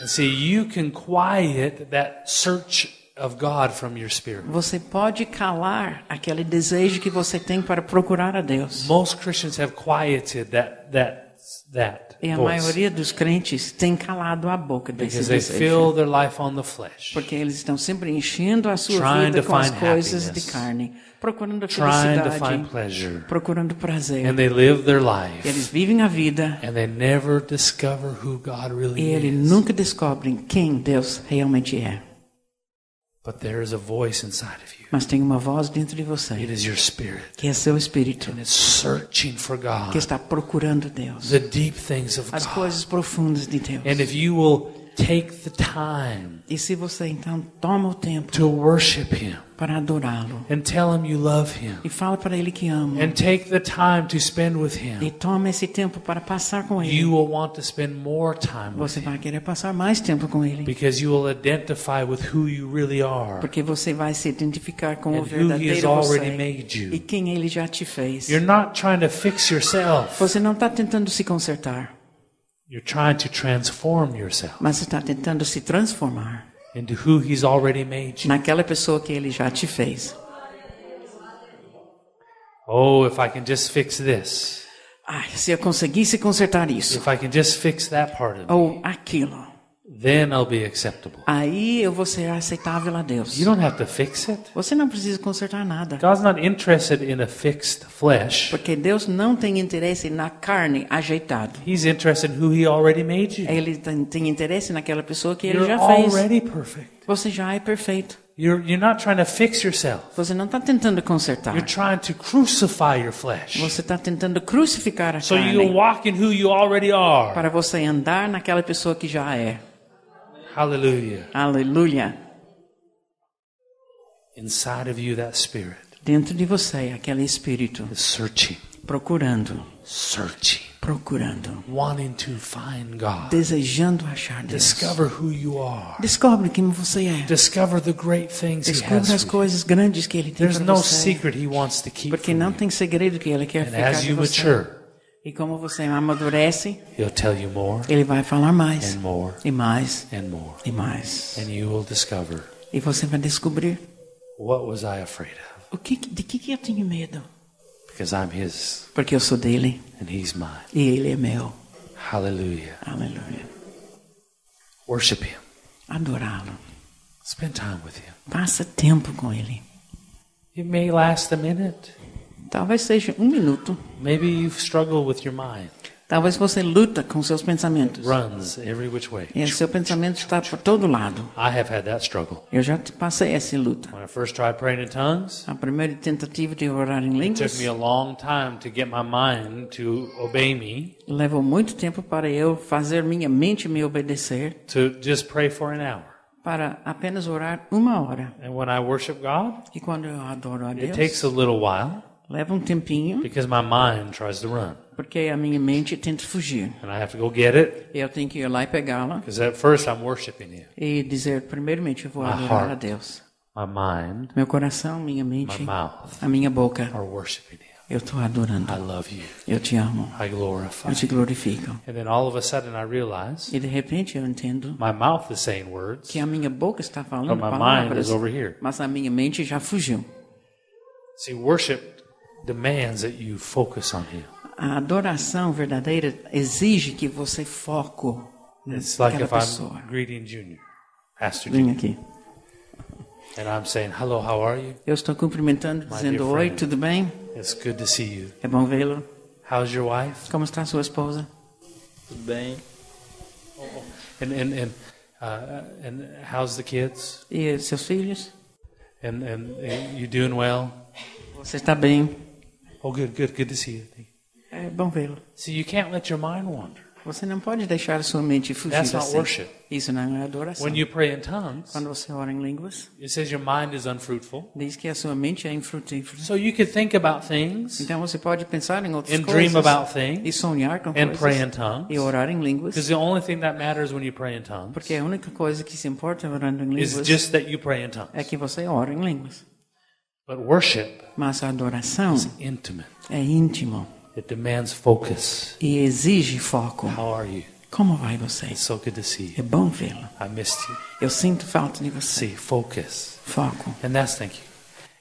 S1: And see, you can quiet that search of God from your spirit.
S2: Você pode calar aquele desejo que você tem para procurar a Deus.
S1: Most Christians have quieted that that that
S2: E a
S1: voice
S2: maioria dos crentes tem calado a boca desse
S1: because they
S2: desejo,
S1: fill their life on the flesh,
S2: porque eles estão sempre enchendo a sua
S1: Trying
S2: vida
S1: to
S2: com as
S1: find
S2: coisas de
S1: happiness.
S2: carne, procurando a
S1: trying to find
S2: felicidade,
S1: pleasure,
S2: procurando prazer.
S1: and they live their
S2: Eles
S1: life
S2: vivem a vida
S1: and they never discover who God
S2: e
S1: really
S2: eles
S1: is.
S2: nunca descobrem quem Deus realmente é.
S1: But there is a voice inside of you.
S2: Mas tem uma voz dentro de você.
S1: It is your spirit,
S2: que é seu espírito,
S1: and it's searching for
S2: que
S1: God,
S2: está procurando Deus,
S1: the deep things of
S2: as
S1: God.
S2: coisas profundas de Deus.
S1: And if you will take the time
S2: E se você então toma o tempo
S1: to worship Him
S2: para adorá-lo
S1: and tell Him you love Him
S2: e fala para ele que ama
S1: and take the time to spend with
S2: e
S1: Him,
S2: toma esse tempo para passar com
S1: you
S2: ele,
S1: will want to spend more time with
S2: você
S1: Him
S2: vai querer passar mais tempo com ele,
S1: because you will identify with who you really are
S2: porque você vai se identificar com o
S1: and who He has
S2: verdadeiro
S1: already
S2: você
S1: made
S2: e
S1: you.
S2: quem ele já te fez.
S1: You're not trying to fix yourself,
S2: Você não está tentando se consertar,
S1: you're trying to transform yourself
S2: mas está tentando se transformar
S1: into who He's already made you.
S2: naquela pessoa que ele já te fez.
S1: Oh, if I can just fix this,
S2: Ai, se eu conseguisse consertar isso
S1: if I can just fix that part of me,
S2: ou aquilo.
S1: then I'll be acceptable.
S2: Aí eu vou ser aceitável a Deus.
S1: You don't Então- have to fix it.
S2: Você não precisa consertar nada.
S1: God's not interested in a fixed flesh.
S2: Porque Deus não tem interesse na carne ajeitada.
S1: He's interested in who He already made you.
S2: Ele tem tem interesse naquela pessoa que ele
S1: You're
S2: já fez.
S1: already perfect.
S2: Você já é perfeito.
S1: You're, you're not trying to fix yourself.
S2: Você não está tentando
S1: You're
S2: consertar.
S1: trying to crucify your flesh.
S2: Você está tentando crucificar a
S1: So you
S2: carne
S1: walk in who you already are.
S2: para você andar naquela pessoa que já é.
S1: Hallelujah.
S2: Aleluia.
S1: Inside of you, that spirit
S2: Dentro de você, é aquele espírito
S1: is searching,
S2: procurando,
S1: searching,
S2: procurando,
S1: wanting to find God.
S2: desejando achar Deus.
S1: Discover who you are.
S2: Descobre quem você é.
S1: Discover the great things He
S2: Descubra
S1: has
S2: as
S1: for you.
S2: coisas grandes que ele tem
S1: There's
S2: para
S1: no
S2: você.
S1: secret He wants to keep from
S2: Porque
S1: you.
S2: não tem segredo que ele quer
S1: And
S2: ficar
S1: as
S2: de
S1: you
S2: você.
S1: mature,
S2: E como você amadurece,
S1: He'll tell you more
S2: ele vai falar mais,
S1: and more
S2: e mais,
S1: and more.
S2: e mais.
S1: And you will discover
S2: E você vai descobrir
S1: what was I afraid of?
S2: o que, de que, que eu tenho medo.
S1: Because I'm his
S2: Porque eu sou dele
S1: and he's mine.
S2: e ele é meu.
S1: Hallelujah.
S2: Aleluia.
S1: Worship him.
S2: Adorá-lo.
S1: Spend time with him.
S2: Passa tempo com ele.
S1: It may last a minute.
S2: Talvez seja um minuto.
S1: Maybe you struggle with your mind.
S2: Talvez você luta com seus pensamentos.
S1: Runs every which way.
S2: E o seu pensamento está por todo lado.
S1: I have had that struggle.
S2: Eu já te passei essa luta.
S1: When I first tried praying in tongues,
S2: A primeira tentativa de orar em
S1: it took
S2: línguas
S1: me a long time to get my mind to obey me
S2: levou muito tempo para eu fazer minha mente me obedecer
S1: to just pray for an hour.
S2: para apenas orar uma hora.
S1: And when I worship God,
S2: E quando eu adoro a
S1: it
S2: Deus,
S1: takes a little while
S2: leva um tempinho
S1: because my mind tries to run.
S2: porque a minha mente tenta fugir.
S1: And I have to go get it
S2: Eu tenho que ir lá e pegá-la
S1: because at first I'm worshiping Him.
S2: e dizer primeiramente eu vou
S1: My
S2: adorar a
S1: heart.
S2: Deus.
S1: My mind,
S2: Meu coração, minha
S1: my
S2: mente,
S1: mouth
S2: a minha boca,
S1: are worshiping Him.
S2: eu estou adorando.
S1: I love you.
S2: Eu te amo.
S1: I glorify
S2: Eu
S1: you.
S2: te glorifico.
S1: And then all of a sudden I realize
S2: E de repente eu entendo
S1: my mouth is saying words,
S2: que a minha boca está
S1: but
S2: falando
S1: Então, my mind
S2: palavras,
S1: is over here.
S2: mas a minha mente já fugiu.
S1: See, worship demands that you focus on Him.
S2: A adoração verdadeira exige que você foco
S1: It's like
S2: naquela
S1: if
S2: pessoa.
S1: I'm greeting Junior, Pastor
S2: Vem
S1: Junior,
S2: aqui.
S1: and I'm saying, Hello, how are you?
S2: Eu estou cumprimentando, dizendo
S1: dear
S2: oi,
S1: friend."
S2: tudo bem?
S1: It's good to see you.
S2: É bom vê-lo.
S1: How's your wife?
S2: Como está sua esposa?
S3: Tudo bem?
S1: And, and, and, uh, and how's the kids?
S2: E seus filhos?
S1: And and you doing well?
S2: Você está bem?
S1: Oh, good, good, good to see you.
S2: É bom vê-lo.
S1: See, you can't let your mind wander.
S2: Você não pode deixar a sua mente fugir
S1: That's not
S2: assim.
S1: worship.
S2: Isso não é adoração.
S1: When you pray in tongues,
S2: Quando você ora em línguas,
S1: it says your mind is unfruitful.
S2: diz que a sua mente é infrutífera.
S1: So you could think about things
S2: Então você pode pensar em outras
S1: and
S2: coisas
S1: dream about
S2: e
S1: things
S2: sonhar com
S1: and pray in
S2: coisas e
S1: tongues.
S2: orar em
S1: Because
S2: línguas,
S1: the only thing that matters when you pray in tongues
S2: porque a única coisa que se importa orando em
S1: is
S2: línguas
S1: just that you pray in
S2: é
S1: tongues.
S2: que você ora em línguas.
S1: But worship
S2: Mas a adoração
S1: is intimate.
S2: é íntimo
S1: It demands focus.
S2: e exige foco.
S1: How are you?
S2: Como vai você?
S1: It's so good to see
S2: É
S1: you.
S2: bom vê-lo.
S1: I missed you.
S2: Eu sinto falta de
S1: See,
S2: você.
S1: focus.
S2: Foco.
S1: And that's thank you.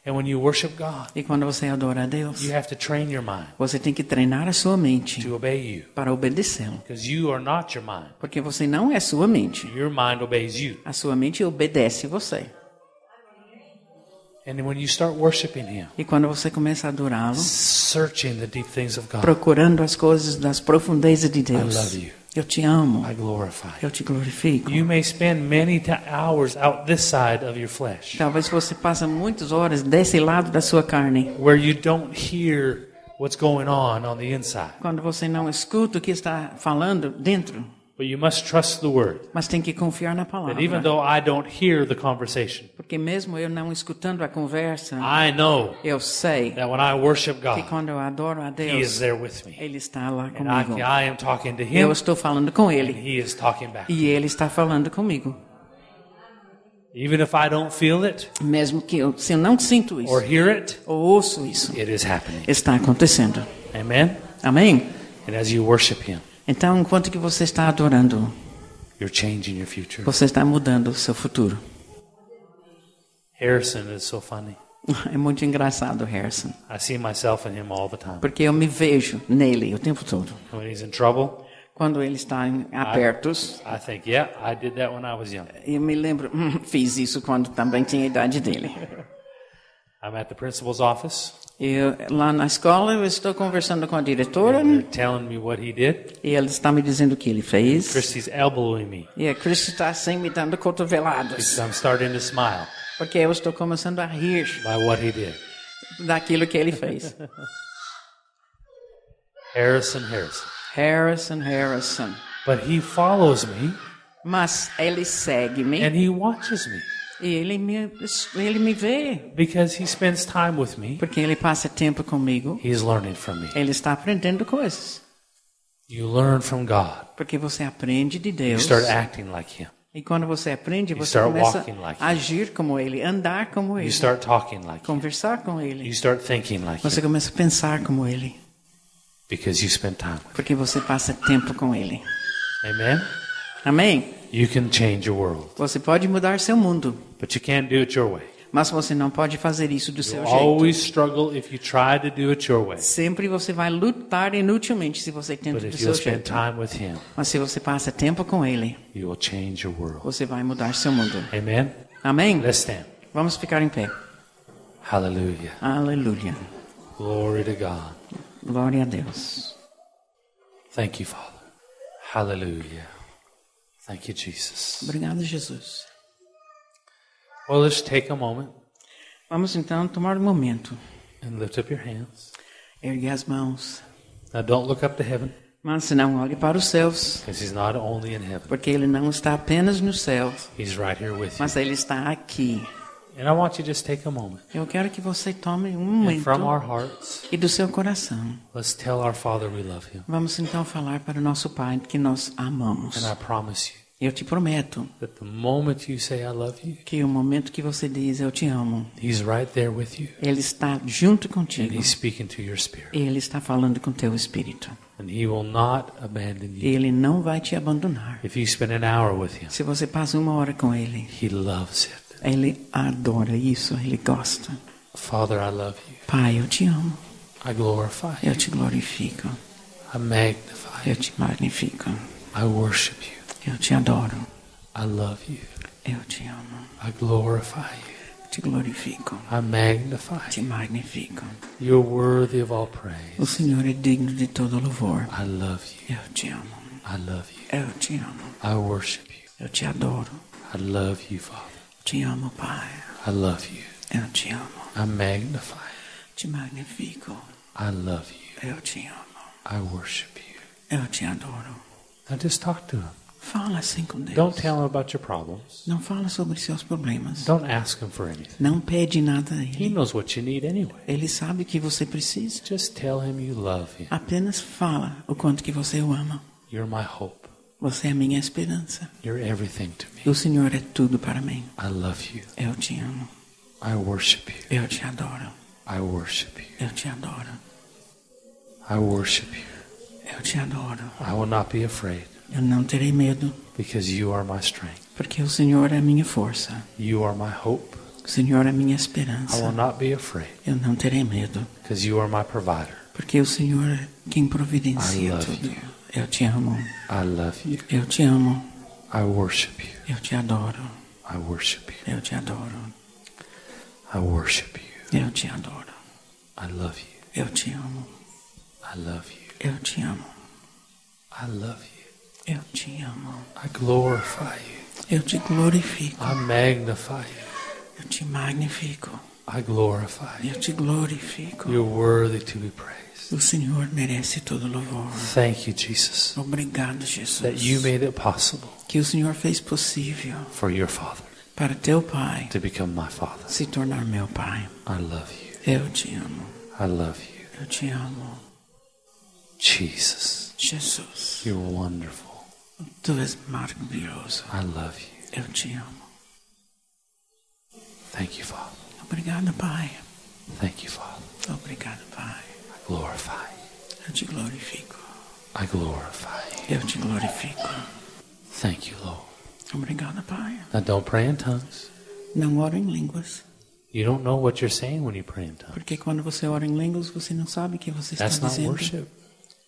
S1: And when you worship God,
S2: E quando você adora a Deus,
S1: you have to train your mind.
S2: você tem que treinar a sua mente
S1: to obey you
S2: para obedecê-lo,
S1: because you are not your mind.
S2: porque você não é sua mente.
S1: Your mind obeys you.
S2: A sua mente obedece você.
S1: And when you start worshiping Him,
S2: E quando você começa a adorá-lo,
S1: searching the deep things of God,
S2: procurando as coisas das profundezas de Deus.
S1: I love you.
S2: Eu te amo.
S1: I glorify you.
S2: Eu te glorifico.
S1: You may spend many t- hours out this side of your flesh
S2: Talvez você passe muitas horas desse lado da sua carne,
S1: where you don't hear what's going on on the inside.
S2: quando você não escuta o que está falando dentro,
S1: But you must trust the Word
S2: mas tem que confiar na
S1: that even
S2: palavra.
S1: though I don't hear the conversation,
S2: Porque mesmo eu não escutando a conversa,
S1: I know
S2: eu sei
S1: that when I worship
S2: que
S1: God,
S2: quando eu adoro a
S1: He is
S2: Deus,
S1: there with me.
S2: ele está lá
S1: And I,
S2: comigo.
S1: I am talking to
S2: Eu
S1: Him,
S2: estou falando com
S1: and
S2: ele
S1: He is talking back.
S2: e ele está falando comigo.
S1: Even if I don't feel it
S2: Mesmo que eu, se eu não sinto
S1: or
S2: isso,
S1: hear it,
S2: ou ouço isso,
S1: it is happening.
S2: está acontecendo.
S1: Amen.
S2: Amém?
S1: And as you worship Him,
S2: Então, enquanto que você está adorando,
S1: you're changing your future.
S2: você está mudando o seu futuro. *laughs*
S1: Harrison is so funny.
S2: É muito engraçado, Harrison.
S1: I see myself in him all the time.
S2: Porque eu me vejo nele o tempo todo.
S1: When he's in trouble,
S2: Quando ele está em apertos,
S1: I think, yeah, I did that when I was young.
S2: eu me lembro, *laughs* "Hum, fiz isso quando também tinha a idade dele.
S1: I'm at the principal's office.
S2: Eu, lá na escola, eu estou conversando com a diretora
S1: and They're telling me what he did.
S2: e ela está me dizendo o que ele fez.
S1: Christy's elbowing me
S2: E a Cristo está assim me dando cotoveladas,
S1: because I'm starting to smile
S2: porque eu estou começando a rir
S1: by what he did.
S2: daquilo que
S1: *laughs*
S2: ele fez.
S1: Harrison, Harrison.
S2: Harrison, Harrison.
S1: But he follows me
S2: Mas ele segue-me
S1: and he watches me
S2: e ele me, ele me vê,
S1: because he spends time with me.
S2: porque ele passa tempo comigo.
S1: He's learning from me.
S2: Ele está aprendendo coisas.
S1: You learn from God.
S2: Porque você aprende de
S1: You
S2: Deus.
S1: start acting like him.
S2: E quando você aprende, você
S1: start
S2: começa
S1: walking like
S2: a agir como ele, andar como
S1: You
S2: ele,
S1: start talking like him.
S2: conversar com
S1: You
S2: ele.
S1: start thinking like him.
S2: Você começa a pensar como ele.
S1: because you spent time with
S2: porque você passa tempo com Ele.
S1: Him. Amen?
S2: Amém?
S1: You can change your world,
S2: Você pode mudar seu mundo,
S1: but you can't do it your way.
S2: mas você não pode fazer isso do seu
S1: You'll
S2: jeito.
S1: always struggle if you try to do it your way.
S2: Sempre você vai lutar inutilmente se você tenta
S1: But
S2: do
S1: if you'll
S2: seu
S1: spend
S2: jeito.
S1: time with Him,
S2: Mas se você passa tempo com Ele,
S1: you will change your world.
S2: você vai mudar seu mundo.
S1: Amen?
S2: Amém?
S1: Let's stand.
S2: Vamos ficar em pé.
S1: Hallelujah.
S2: Aleluia.
S1: Glory to God.
S2: Glória a Deus.
S1: Thank you, Father. Hallelujah. Thank you, Jesus.
S2: Obrigado, Jesus.
S1: Well, let's take a moment
S2: Vamos então tomar um momento.
S1: and lift up your hands.
S2: Ergue as mãos.
S1: Now, don't look up to heaven
S2: Mas não olhe para os céus,
S1: because He's not only in heaven,
S2: porque Ele não está apenas nos céus,
S1: He's right here with you.
S2: mas Ele está aqui.
S1: And I want you to just take a moment.
S2: Eu quero que você tome um
S1: And
S2: momento
S1: from our hearts,
S2: e do seu coração.
S1: let's tell our Father we love Him.
S2: Vamos então falar para o nosso Pai que nós amamos.
S1: And I promise you
S2: Eu te prometo
S1: that the moment you say, I love you,
S2: que o momento que você diz eu te amo,
S1: He's right there with you.
S2: Ele está junto
S1: And
S2: contigo.
S1: He's speaking to your spirit.
S2: Ele está falando com teu espírito.
S1: And He will not abandon you.
S2: Ele não vai te abandonar.
S1: If you spend an hour with Him,
S2: Se você passa uma hora com Ele,
S1: He loves it.
S2: Ele adora isso, Ele gosta.
S1: Father, I love you.
S2: Pai, eu te amo,
S1: I glorify you.
S2: eu te glorifico,
S1: I magnify
S2: eu
S1: you.
S2: te magnifico,
S1: I worship you.
S2: eu te adoro,
S1: I love you.
S2: eu te amo,
S1: I glorify you.
S2: te glorifico,
S1: I magnify
S2: te
S1: you.
S2: magnifico.
S1: You're worthy of all
S2: O
S1: praise.
S2: Senhor é digno de todo louvor.
S1: I love you.
S2: Eu te amo,
S1: I love you.
S2: eu te amo,
S1: I worship you.
S2: eu te adoro,
S1: I love you, Father.
S2: te amo, Pai,
S1: I love you.
S2: eu te amo,
S1: I magnify you.
S2: te magnifico,
S1: I love you.
S2: eu te amo,
S1: I worship you.
S2: eu te adoro.
S1: Now just talk to him.
S2: Fala assim com
S1: Don't
S2: Deus.
S1: tell him about your problems.
S2: Não fala sobre seus problemas.
S1: Don't ask him for anything.
S2: Não pede nada a
S1: He
S2: Ele.
S1: knows what you need anyway.
S2: Ele sabe o que você precisa.
S1: Just tell him you love him.
S2: Apenas fala o quanto que você o ama.
S1: You're my hope.
S2: Você é a minha esperança.
S1: You're everything to me.
S2: E o Senhor é tudo para mim.
S1: I love you.
S2: Eu te amo.
S1: I worship you.
S2: Eu te adoro.
S1: I worship you.
S2: Eu te adoro.
S1: I worship you.
S2: Eu te adoro.
S1: I will not be afraid
S2: Eu não terei medo,
S1: because you are my strength.
S2: porque o Senhor é a minha força.
S1: You are my hope.
S2: O Senhor é a minha
S1: I
S2: esperança.
S1: will not be afraid
S2: Eu não terei medo,
S1: because you are my provider.
S2: porque o Senhor é quem
S1: I
S2: providencia
S1: love
S2: tudo.
S1: you.
S2: Eu te amo.
S1: I love you.
S2: Eu te amo.
S1: I worship you.
S2: Eu te adoro.
S1: I worship you.
S2: Eu te adoro.
S1: I worship you.
S2: Eu te adoro.
S1: I love you.
S2: Eu te amo.
S1: I love you.
S2: Eu te amo.
S1: I love you.
S2: Eu te amo.
S1: I glorify you.
S2: Eu te glorifico.
S1: I magnify you.
S2: Eu te magnifico.
S1: I glorify you.
S2: Eu te glorifico.
S1: You're worthy to be praised.
S2: O Senhor merece todo louvor.
S1: Thank you, Jesus,
S2: Obrigado, Jesus.
S1: that you made it possible
S2: Que o Senhor fez possível
S1: for your Father
S2: para teu Pai
S1: to become my Father.
S2: se tornar meu Pai.
S1: I love you.
S2: Eu te amo.
S1: I love you.
S2: Eu te amo.
S1: Jesus,
S2: Jesus,
S1: you're wonderful.
S2: tu és maravilhoso.
S1: I love you.
S2: Eu te amo.
S1: Thank you, Father.
S2: Obrigado, Pai.
S1: Thank you, Father.
S2: Obrigado, Pai.
S1: I glorify you.
S2: Eu te glorifico.
S1: I glorify you.
S2: Eu te glorifico.
S1: Thank you, Lord.
S2: Obrigado, Pai.
S1: Now, don't pray in tongues.
S2: Não oro em línguas,
S1: You don't know what you're saying when you pray in tongues.
S2: porque quando você ora em línguas, você não sabe o que você está
S1: That's not
S2: dizendo.
S1: worship.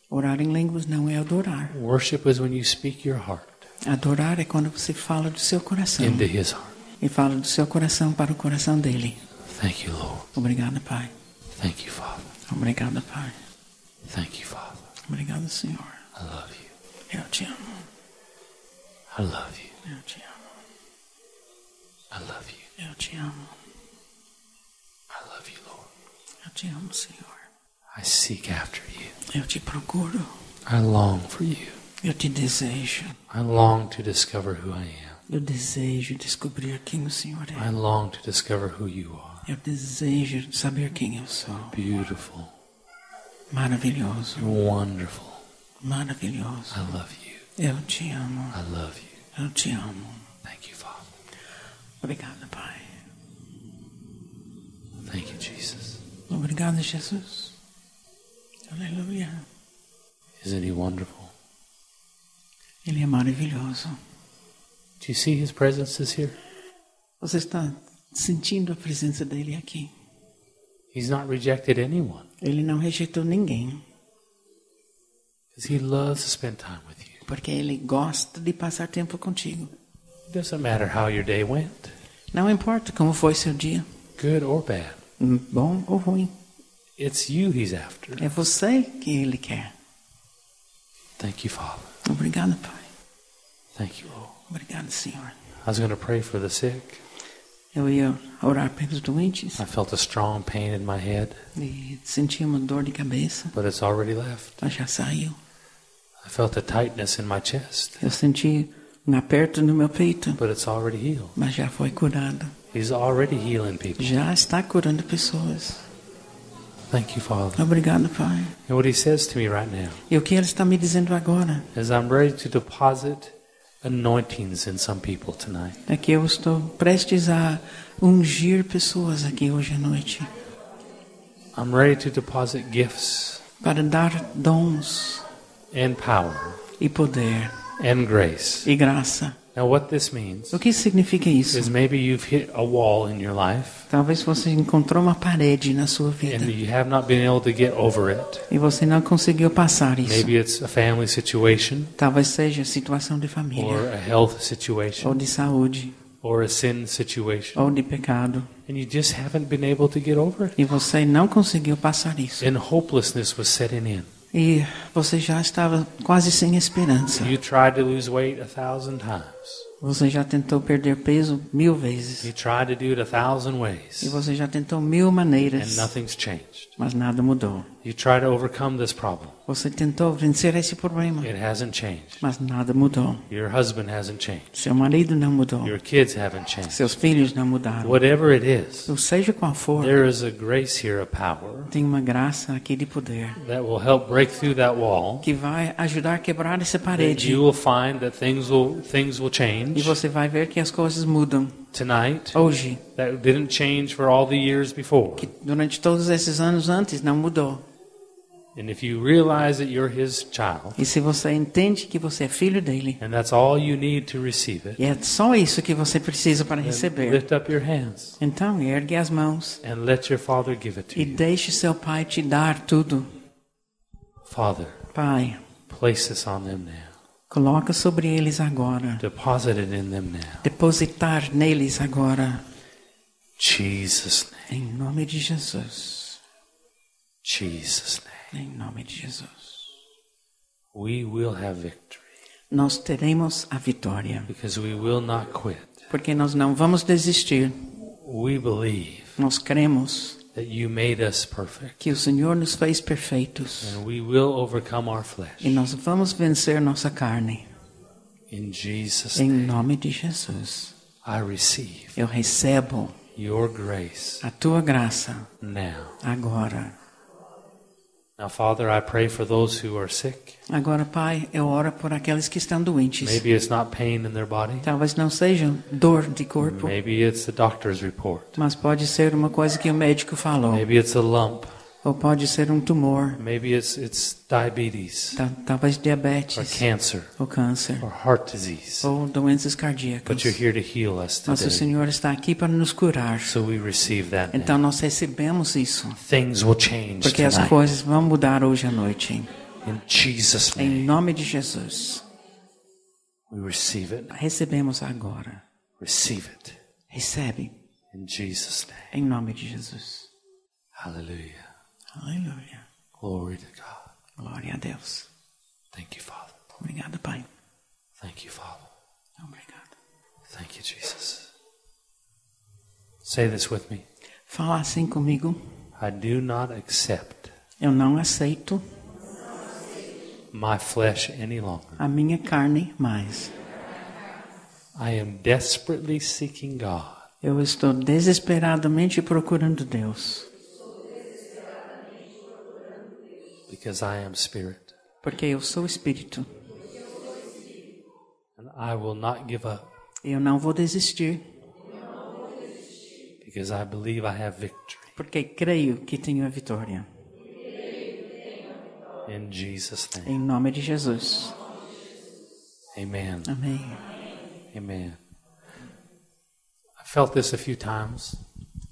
S2: Orar em línguas não é adorar.
S1: Worship is when you speak your heart
S2: Adorar é quando você fala do seu coração
S1: into His heart.
S2: e fala do seu coração para o coração dele.
S1: Thank you, Lord.
S2: Obrigado, Pai.
S1: Thank you, Father.
S2: Obrigado, Pai.
S1: Thank you, Father.
S2: Obrigado, Senhor.
S1: I love you.
S2: Eu te amo.
S1: I love you.
S2: Eu te amo.
S1: I love you.
S2: Eu te amo.
S1: I love you, Lord.
S2: Eu te amo, Senhor.
S1: I seek after you.
S2: Eu te procuro.
S1: I long for you.
S2: Eu te desejo.
S1: I long to discover who I am.
S2: Eu desejo descobrir quem o Senhor
S1: I
S2: é.
S1: long to discover who you are.
S2: Eu desejo saber quem eu sou.
S1: Beautiful.
S2: Maravilhoso.
S1: You're wonderful.
S2: Maravilhoso.
S1: I love you.
S2: Eu te amo.
S1: I love you.
S2: Eu te amo.
S1: Thank you, Father.
S2: Obrigado, Pai.
S1: Thank you, Jesus.
S2: Obrigado, Jesus. Aleluia.
S1: Isn't he wonderful?
S2: Ele é maravilhoso.
S1: Do you see his presence is here?
S2: Você está sentindo a presença dele aqui.
S1: He's not rejected anyone
S2: Ele não rejeitou ninguém,
S1: because he loves to spend time with you.
S2: porque ele gosta de passar tempo contigo.
S1: It doesn't matter how your day went,
S2: Não importa como foi seu dia,
S1: good or bad.
S2: bom ou ruim,
S1: It's you he's after.
S2: é você que ele quer.
S1: Thank you, Father.
S2: Obrigado, Pai.
S1: Thank you, Lord.
S2: Obrigado, Senhor.
S1: I was going to pray for the sick.
S2: Eu ia orar pelos doentes
S1: I felt a strong pain in my head,
S2: e senti uma dor de cabeça,
S1: but it's already left.
S2: mas já saiu.
S1: I felt a tightness in my chest,
S2: Eu senti um aperto no meu peito,
S1: but it's already healed.
S2: mas já foi curado.
S1: He's already healing people.
S2: Já está curando pessoas.
S1: Thank you, Father.
S2: Obrigado, Pai.
S1: And what he says to me right now
S2: E o que ele está me dizendo agora
S1: is I'm ready to deposit anointings in some people tonight.
S2: é que eu estou prestes a ungir pessoas aqui hoje à noite
S1: I'm ready to deposit gifts
S2: para dar dons
S1: and power
S2: e poder
S1: and grace.
S2: e graça.
S1: Now, what this means
S2: O que significa isso?
S1: is maybe you've hit a wall in your life
S2: Talvez você encontrou uma parede na sua
S1: and
S2: vida
S1: you have not been able to get over it.
S2: e você não conseguiu passar isso.
S1: Maybe it's a family situation
S2: Talvez seja situação de
S1: or
S2: família,
S1: a health
S2: ou
S1: situation
S2: de saúde,
S1: or a sin situation,
S2: ou de pecado,
S1: and you just haven't been able to get over it.
S2: e você não conseguiu passar isso.
S1: And hopelessness was setting in.
S2: E você já estava quase sem esperança.
S1: You tried to lose weight a thousand times.
S2: Você já tentou perder peso mil vezes.
S1: You tried to do it a thousand
S2: E
S1: ways,
S2: você já tentou mil
S1: and
S2: maneiras,
S1: nothing's changed.
S2: mas nada mudou.
S1: You try to overcome this problem,
S2: Você tentou vencer esse problema,
S1: it hasn't changed.
S2: mas nada mudou.
S1: Your husband hasn't changed.
S2: Seu marido não mudou.
S1: Your kids haven't changed.
S2: Seus filhos não mudaram.
S1: Whatever it is,
S2: Ou seja qual for,
S1: there is a grace here, a power
S2: tem uma graça aqui de poder
S1: that will help break through that wall.
S2: que vai ajudar a quebrar essa
S1: That
S2: parede.
S1: you will find that things will things will
S2: E
S1: change
S2: você vai ver que as coisas mudam
S1: tonight
S2: hoje,
S1: that didn't change for all the years before.
S2: que durante todos esses anos antes não mudou.
S1: And if you realize that you're his child,
S2: E se você entende que você é filho dele,
S1: and that's all you need to receive it,
S2: e é só isso que você precisa para
S1: then
S2: receber,
S1: lift up your hands
S2: então ergue as mãos
S1: and let your father give it to
S2: e
S1: you.
S2: deixe seu pai te dar tudo.
S1: Father,
S2: Pai,
S1: place this on them now.
S2: coloca sobre eles agora.
S1: Deposit it in them now.
S2: Depositar neles agora,
S1: Jesus name.
S2: em nome de Jesus.
S1: Jesus name.
S2: Em nome de Jesus.
S1: We will have victory
S2: Nós teremos a vitória,
S1: because we will not quit.
S2: porque nós não vamos desistir.
S1: We believe
S2: Nós cremos
S1: that you made us perfect
S2: que o Senhor nos fez perfeitos
S1: and we will overcome our flesh.
S2: e nós vamos vencer nossa carne.
S1: In Jesus
S2: Em
S1: name.
S2: nome de Jesus.
S1: I receive
S2: Eu recebo
S1: your grace
S2: a tua graça
S1: now.
S2: agora.
S1: Now, Father, I pray for those who are sick.
S2: Agora, Pai, eu oro por aqueles que estão doentes.
S1: Maybe it's not pain in their body.
S2: Talvez não seja dor de corpo,
S1: Maybe it's the doctor's report.
S2: mas pode ser uma coisa que o médico falou,
S1: Maybe it's a lump.
S2: ou pode ser um tumor,
S1: Maybe it's it's diabetes
S2: ta- talvez
S1: or
S2: diabetes,
S1: cancer
S2: ou câncer,
S1: or heart disease.
S2: ou doenças
S1: But you're
S2: cardíacas.
S1: here to heal us
S2: Mas o
S1: today.
S2: Senhor está aqui para nos curar.
S1: So we receive that. now.
S2: Então nós recebemos isso,
S1: Things will change
S2: porque as
S1: tonight.
S2: coisas vão mudar hoje à noite.
S1: In Jesus'
S2: Em
S1: name,
S2: nome de Jesus,
S1: we receive it.
S2: recebemos agora.
S1: Receive it.
S2: Recebe,
S1: In Jesus' name.
S2: em nome de Jesus.
S1: Hallelujah.
S2: Aleluia.
S1: Glory to God.
S2: Glória a Deus.
S1: Thank you, Father.
S2: Obrigado, Pai.
S1: Thank you, Father.
S2: Obrigado.
S1: Thank you, Jesus. Say this with me.
S2: Fala assim comigo.
S1: I do not accept
S2: Eu não aceito
S1: my flesh any longer.
S2: a minha carne mais.
S1: I am desperately seeking God.
S2: Eu estou desesperadamente procurando Deus,
S1: because I am spirit,
S2: porque eu sou espírito.
S1: and I will not give up
S2: Eu não vou desistir,
S1: because I believe I have victory.
S2: porque creio que tenho a vitória.
S1: In Jesus' name.
S2: Em nome de Jesus.
S1: Amen.
S2: Amém.
S1: Amen. I felt this a few times.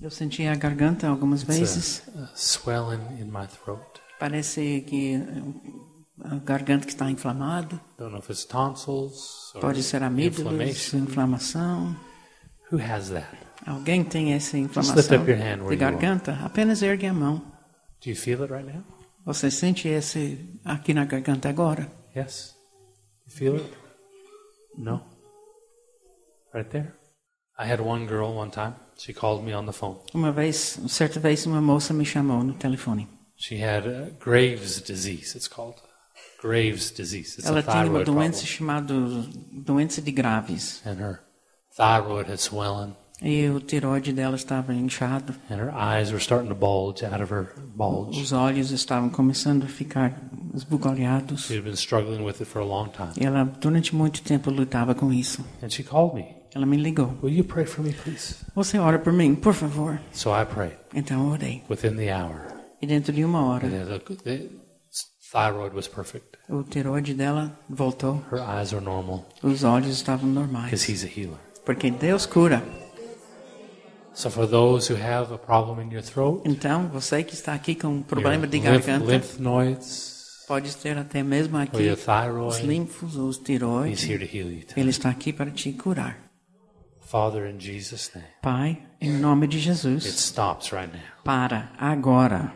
S2: Eu senti a garganta algumas vezes.
S1: It's a, a swelling in my throat.
S2: Parece que é a garganta que está inflamada.
S1: Don't know if it's tonsils or
S2: Pode ser amígdalas,
S1: inflammation.
S2: inflamação.
S1: Who has that?
S2: Alguém tem essa
S1: lift
S2: inflamação
S1: up your hand where
S2: de
S1: you are.
S2: garganta? Apenas ergue a mão.
S1: Do you feel it right now?
S2: Você sente esse aqui na garganta agora?
S1: Yes. You feel it? No. Right there. I had one girl one time. She called me on the phone.
S2: Uma vez, certa vez, uma moça me chamou no telefone.
S1: She had uh, Graves' disease. It's called Graves' disease. It's
S2: Ela
S1: a
S2: tinha uma
S1: thyroid problem.
S2: doença chamada doença de Graves.
S1: And her thyroid had swelling,
S2: E o tiroide dela estava inchado.
S1: and her eyes were starting to bulge out of her bulge.
S2: Os olhos estavam começando a ficar esbugalhados.
S1: She had been struggling with it for a long time.
S2: Ela, durante muito tempo, lutava com isso.
S1: And she called me.
S2: Ela me ligou.
S1: Will you pray for me, please?
S2: Você ora por mim, por favor.
S1: So I prayed
S2: Então eu orei.
S1: within the hour.
S2: E dentro de uma
S1: And
S2: hora,
S1: the, the thyroid was perfect.
S2: o tiroide dela voltou.
S1: Her eyes are normal
S2: Os olhos estavam normais.
S1: because he's a healer.
S2: Porque Deus cura.
S1: So for those who have a problem in your throat,
S2: Então, você que está aqui com um
S1: your
S2: problema de
S1: lymph,
S2: garganta,
S1: lymph nodes,
S2: pode ter até mesmo
S1: or
S2: aqui
S1: your
S2: os
S1: thyroid,
S2: linfos, os
S1: he's
S2: tiroides.
S1: here to heal you.
S2: Ele está aqui para te curar.
S1: Father, in Jesus' name,
S2: Pai, em nome de
S1: it
S2: Jesus,
S1: stops right now.
S2: para agora.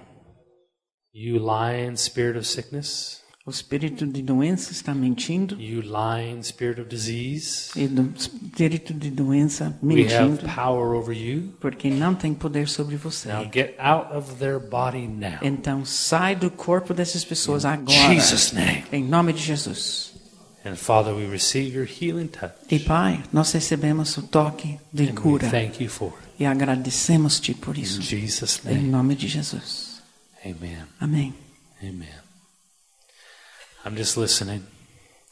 S1: You lying spirit of sickness,
S2: O espírito de doença está mentindo
S1: you lying spirit of disease,
S2: e do espírito de doença
S1: we have
S2: mentindo,
S1: power over you.
S2: porque não tem poder sobre você.
S1: Now get out of their body now. In
S2: Então sai do corpo dessas pessoas agora.
S1: Jesus' name.
S2: Em nome de Jesus.
S1: And Father, we receive your healing touch.
S2: E Pai, nós recebemos o toque de
S1: And we
S2: cura
S1: thank you for it.
S2: e agradecemos-te por
S1: In
S2: isso.
S1: Jesus'
S2: Em
S1: name.
S2: nome de Jesus.
S1: Amen.
S2: Amém.
S1: Amen. I'm just listening.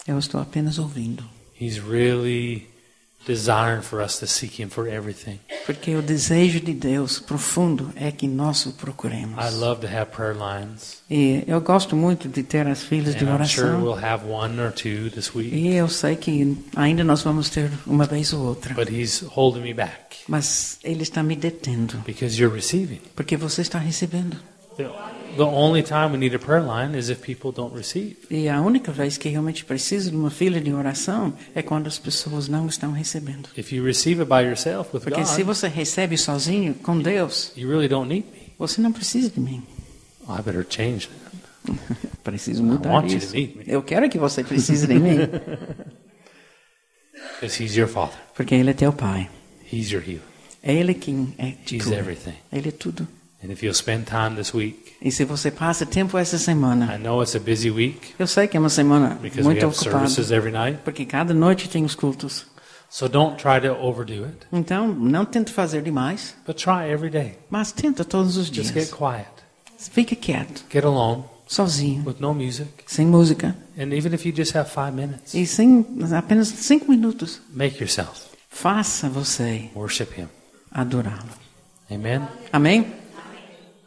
S2: Eu estou apenas ouvindo.
S1: He's really desiring for us to seek him for everything.
S2: Porque o desejo de Deus profundo é que nós o procuremos.
S1: I love to have prayer lines.
S2: E eu gosto muito de ter as filhas de
S1: And I'm sure
S2: oração.
S1: we'll have one or two this week.
S2: E eu sei que ainda nós vamos ter uma vez ou outra.
S1: But he's holding me back
S2: Mas Ele está me detendo.
S1: because you're receiving.
S2: Porque você está recebendo.
S1: The, the only time we need a prayer line is if people don't receive.
S2: E a única vez que realmente preciso de uma filha de oração é quando as pessoas não estão recebendo.
S1: If you receive it by yourself with
S2: Porque se
S1: God,
S2: você recebe sozinho, com Deus,
S1: you really don't need me.
S2: você não precisa de mim.
S1: Oh, I better change that.
S2: Preciso
S1: I
S2: mudar
S1: want you to
S2: isso.
S1: need me
S2: Eu quero que você precise de mim.
S1: *laughs* because he's your father.
S2: Porque Ele é teu Pai.
S1: He's your healer.
S2: É Ele quem é de
S1: He's
S2: tudo.
S1: everything.
S2: Ele é tudo.
S1: And if you'll spend time this week,
S2: E se você passa tempo essa semana,
S1: I know it's a busy week
S2: eu sei que é uma semana
S1: because we
S2: muito
S1: have
S2: ocupada,
S1: services every night.
S2: porque cada noite tem os cultos.
S1: So don't try to overdo it,
S2: Então, não tente fazer demais,
S1: but try every day.
S2: mas tenta todos os
S1: Just get
S2: dias.
S1: quiet.
S2: Fica quieto,
S1: Get alone
S2: sozinho,
S1: with no music.
S2: sem música
S1: And even if you just have five minutes,
S2: e sem apenas cinco minutos.
S1: make yourself
S2: Faça você
S1: worship him.
S2: adorá-lo.
S1: Amen.
S2: Amém?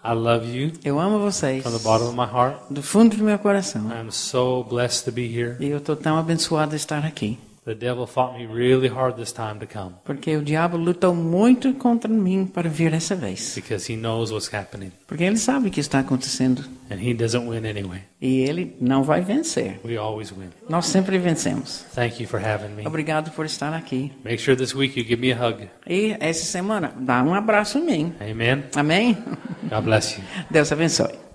S1: I love you
S2: Eu amo vocês
S1: from the bottom Ah. of my heart.
S2: do fundo do meu coração.
S1: I'm so blessed to be here.
S2: E eu estou tão abençoado de estar aqui,
S1: The devil fought me really hard this time to come
S2: porque o diabo lutou muito contra mim para vir essa vez.
S1: because he knows what's happening
S2: Porque ele sabe o que está acontecendo
S1: and he doesn't win anyway.
S2: e ele não vai vencer.
S1: We always win.
S2: Nós sempre vencemos.
S1: Thank you for having me.
S2: Obrigado por estar aqui.
S1: Make sure this week you give me a hug.
S2: E essa semana, dá um abraço em mim.
S1: Amen.
S2: Amém?
S1: God bless you.
S2: Deus abençoe.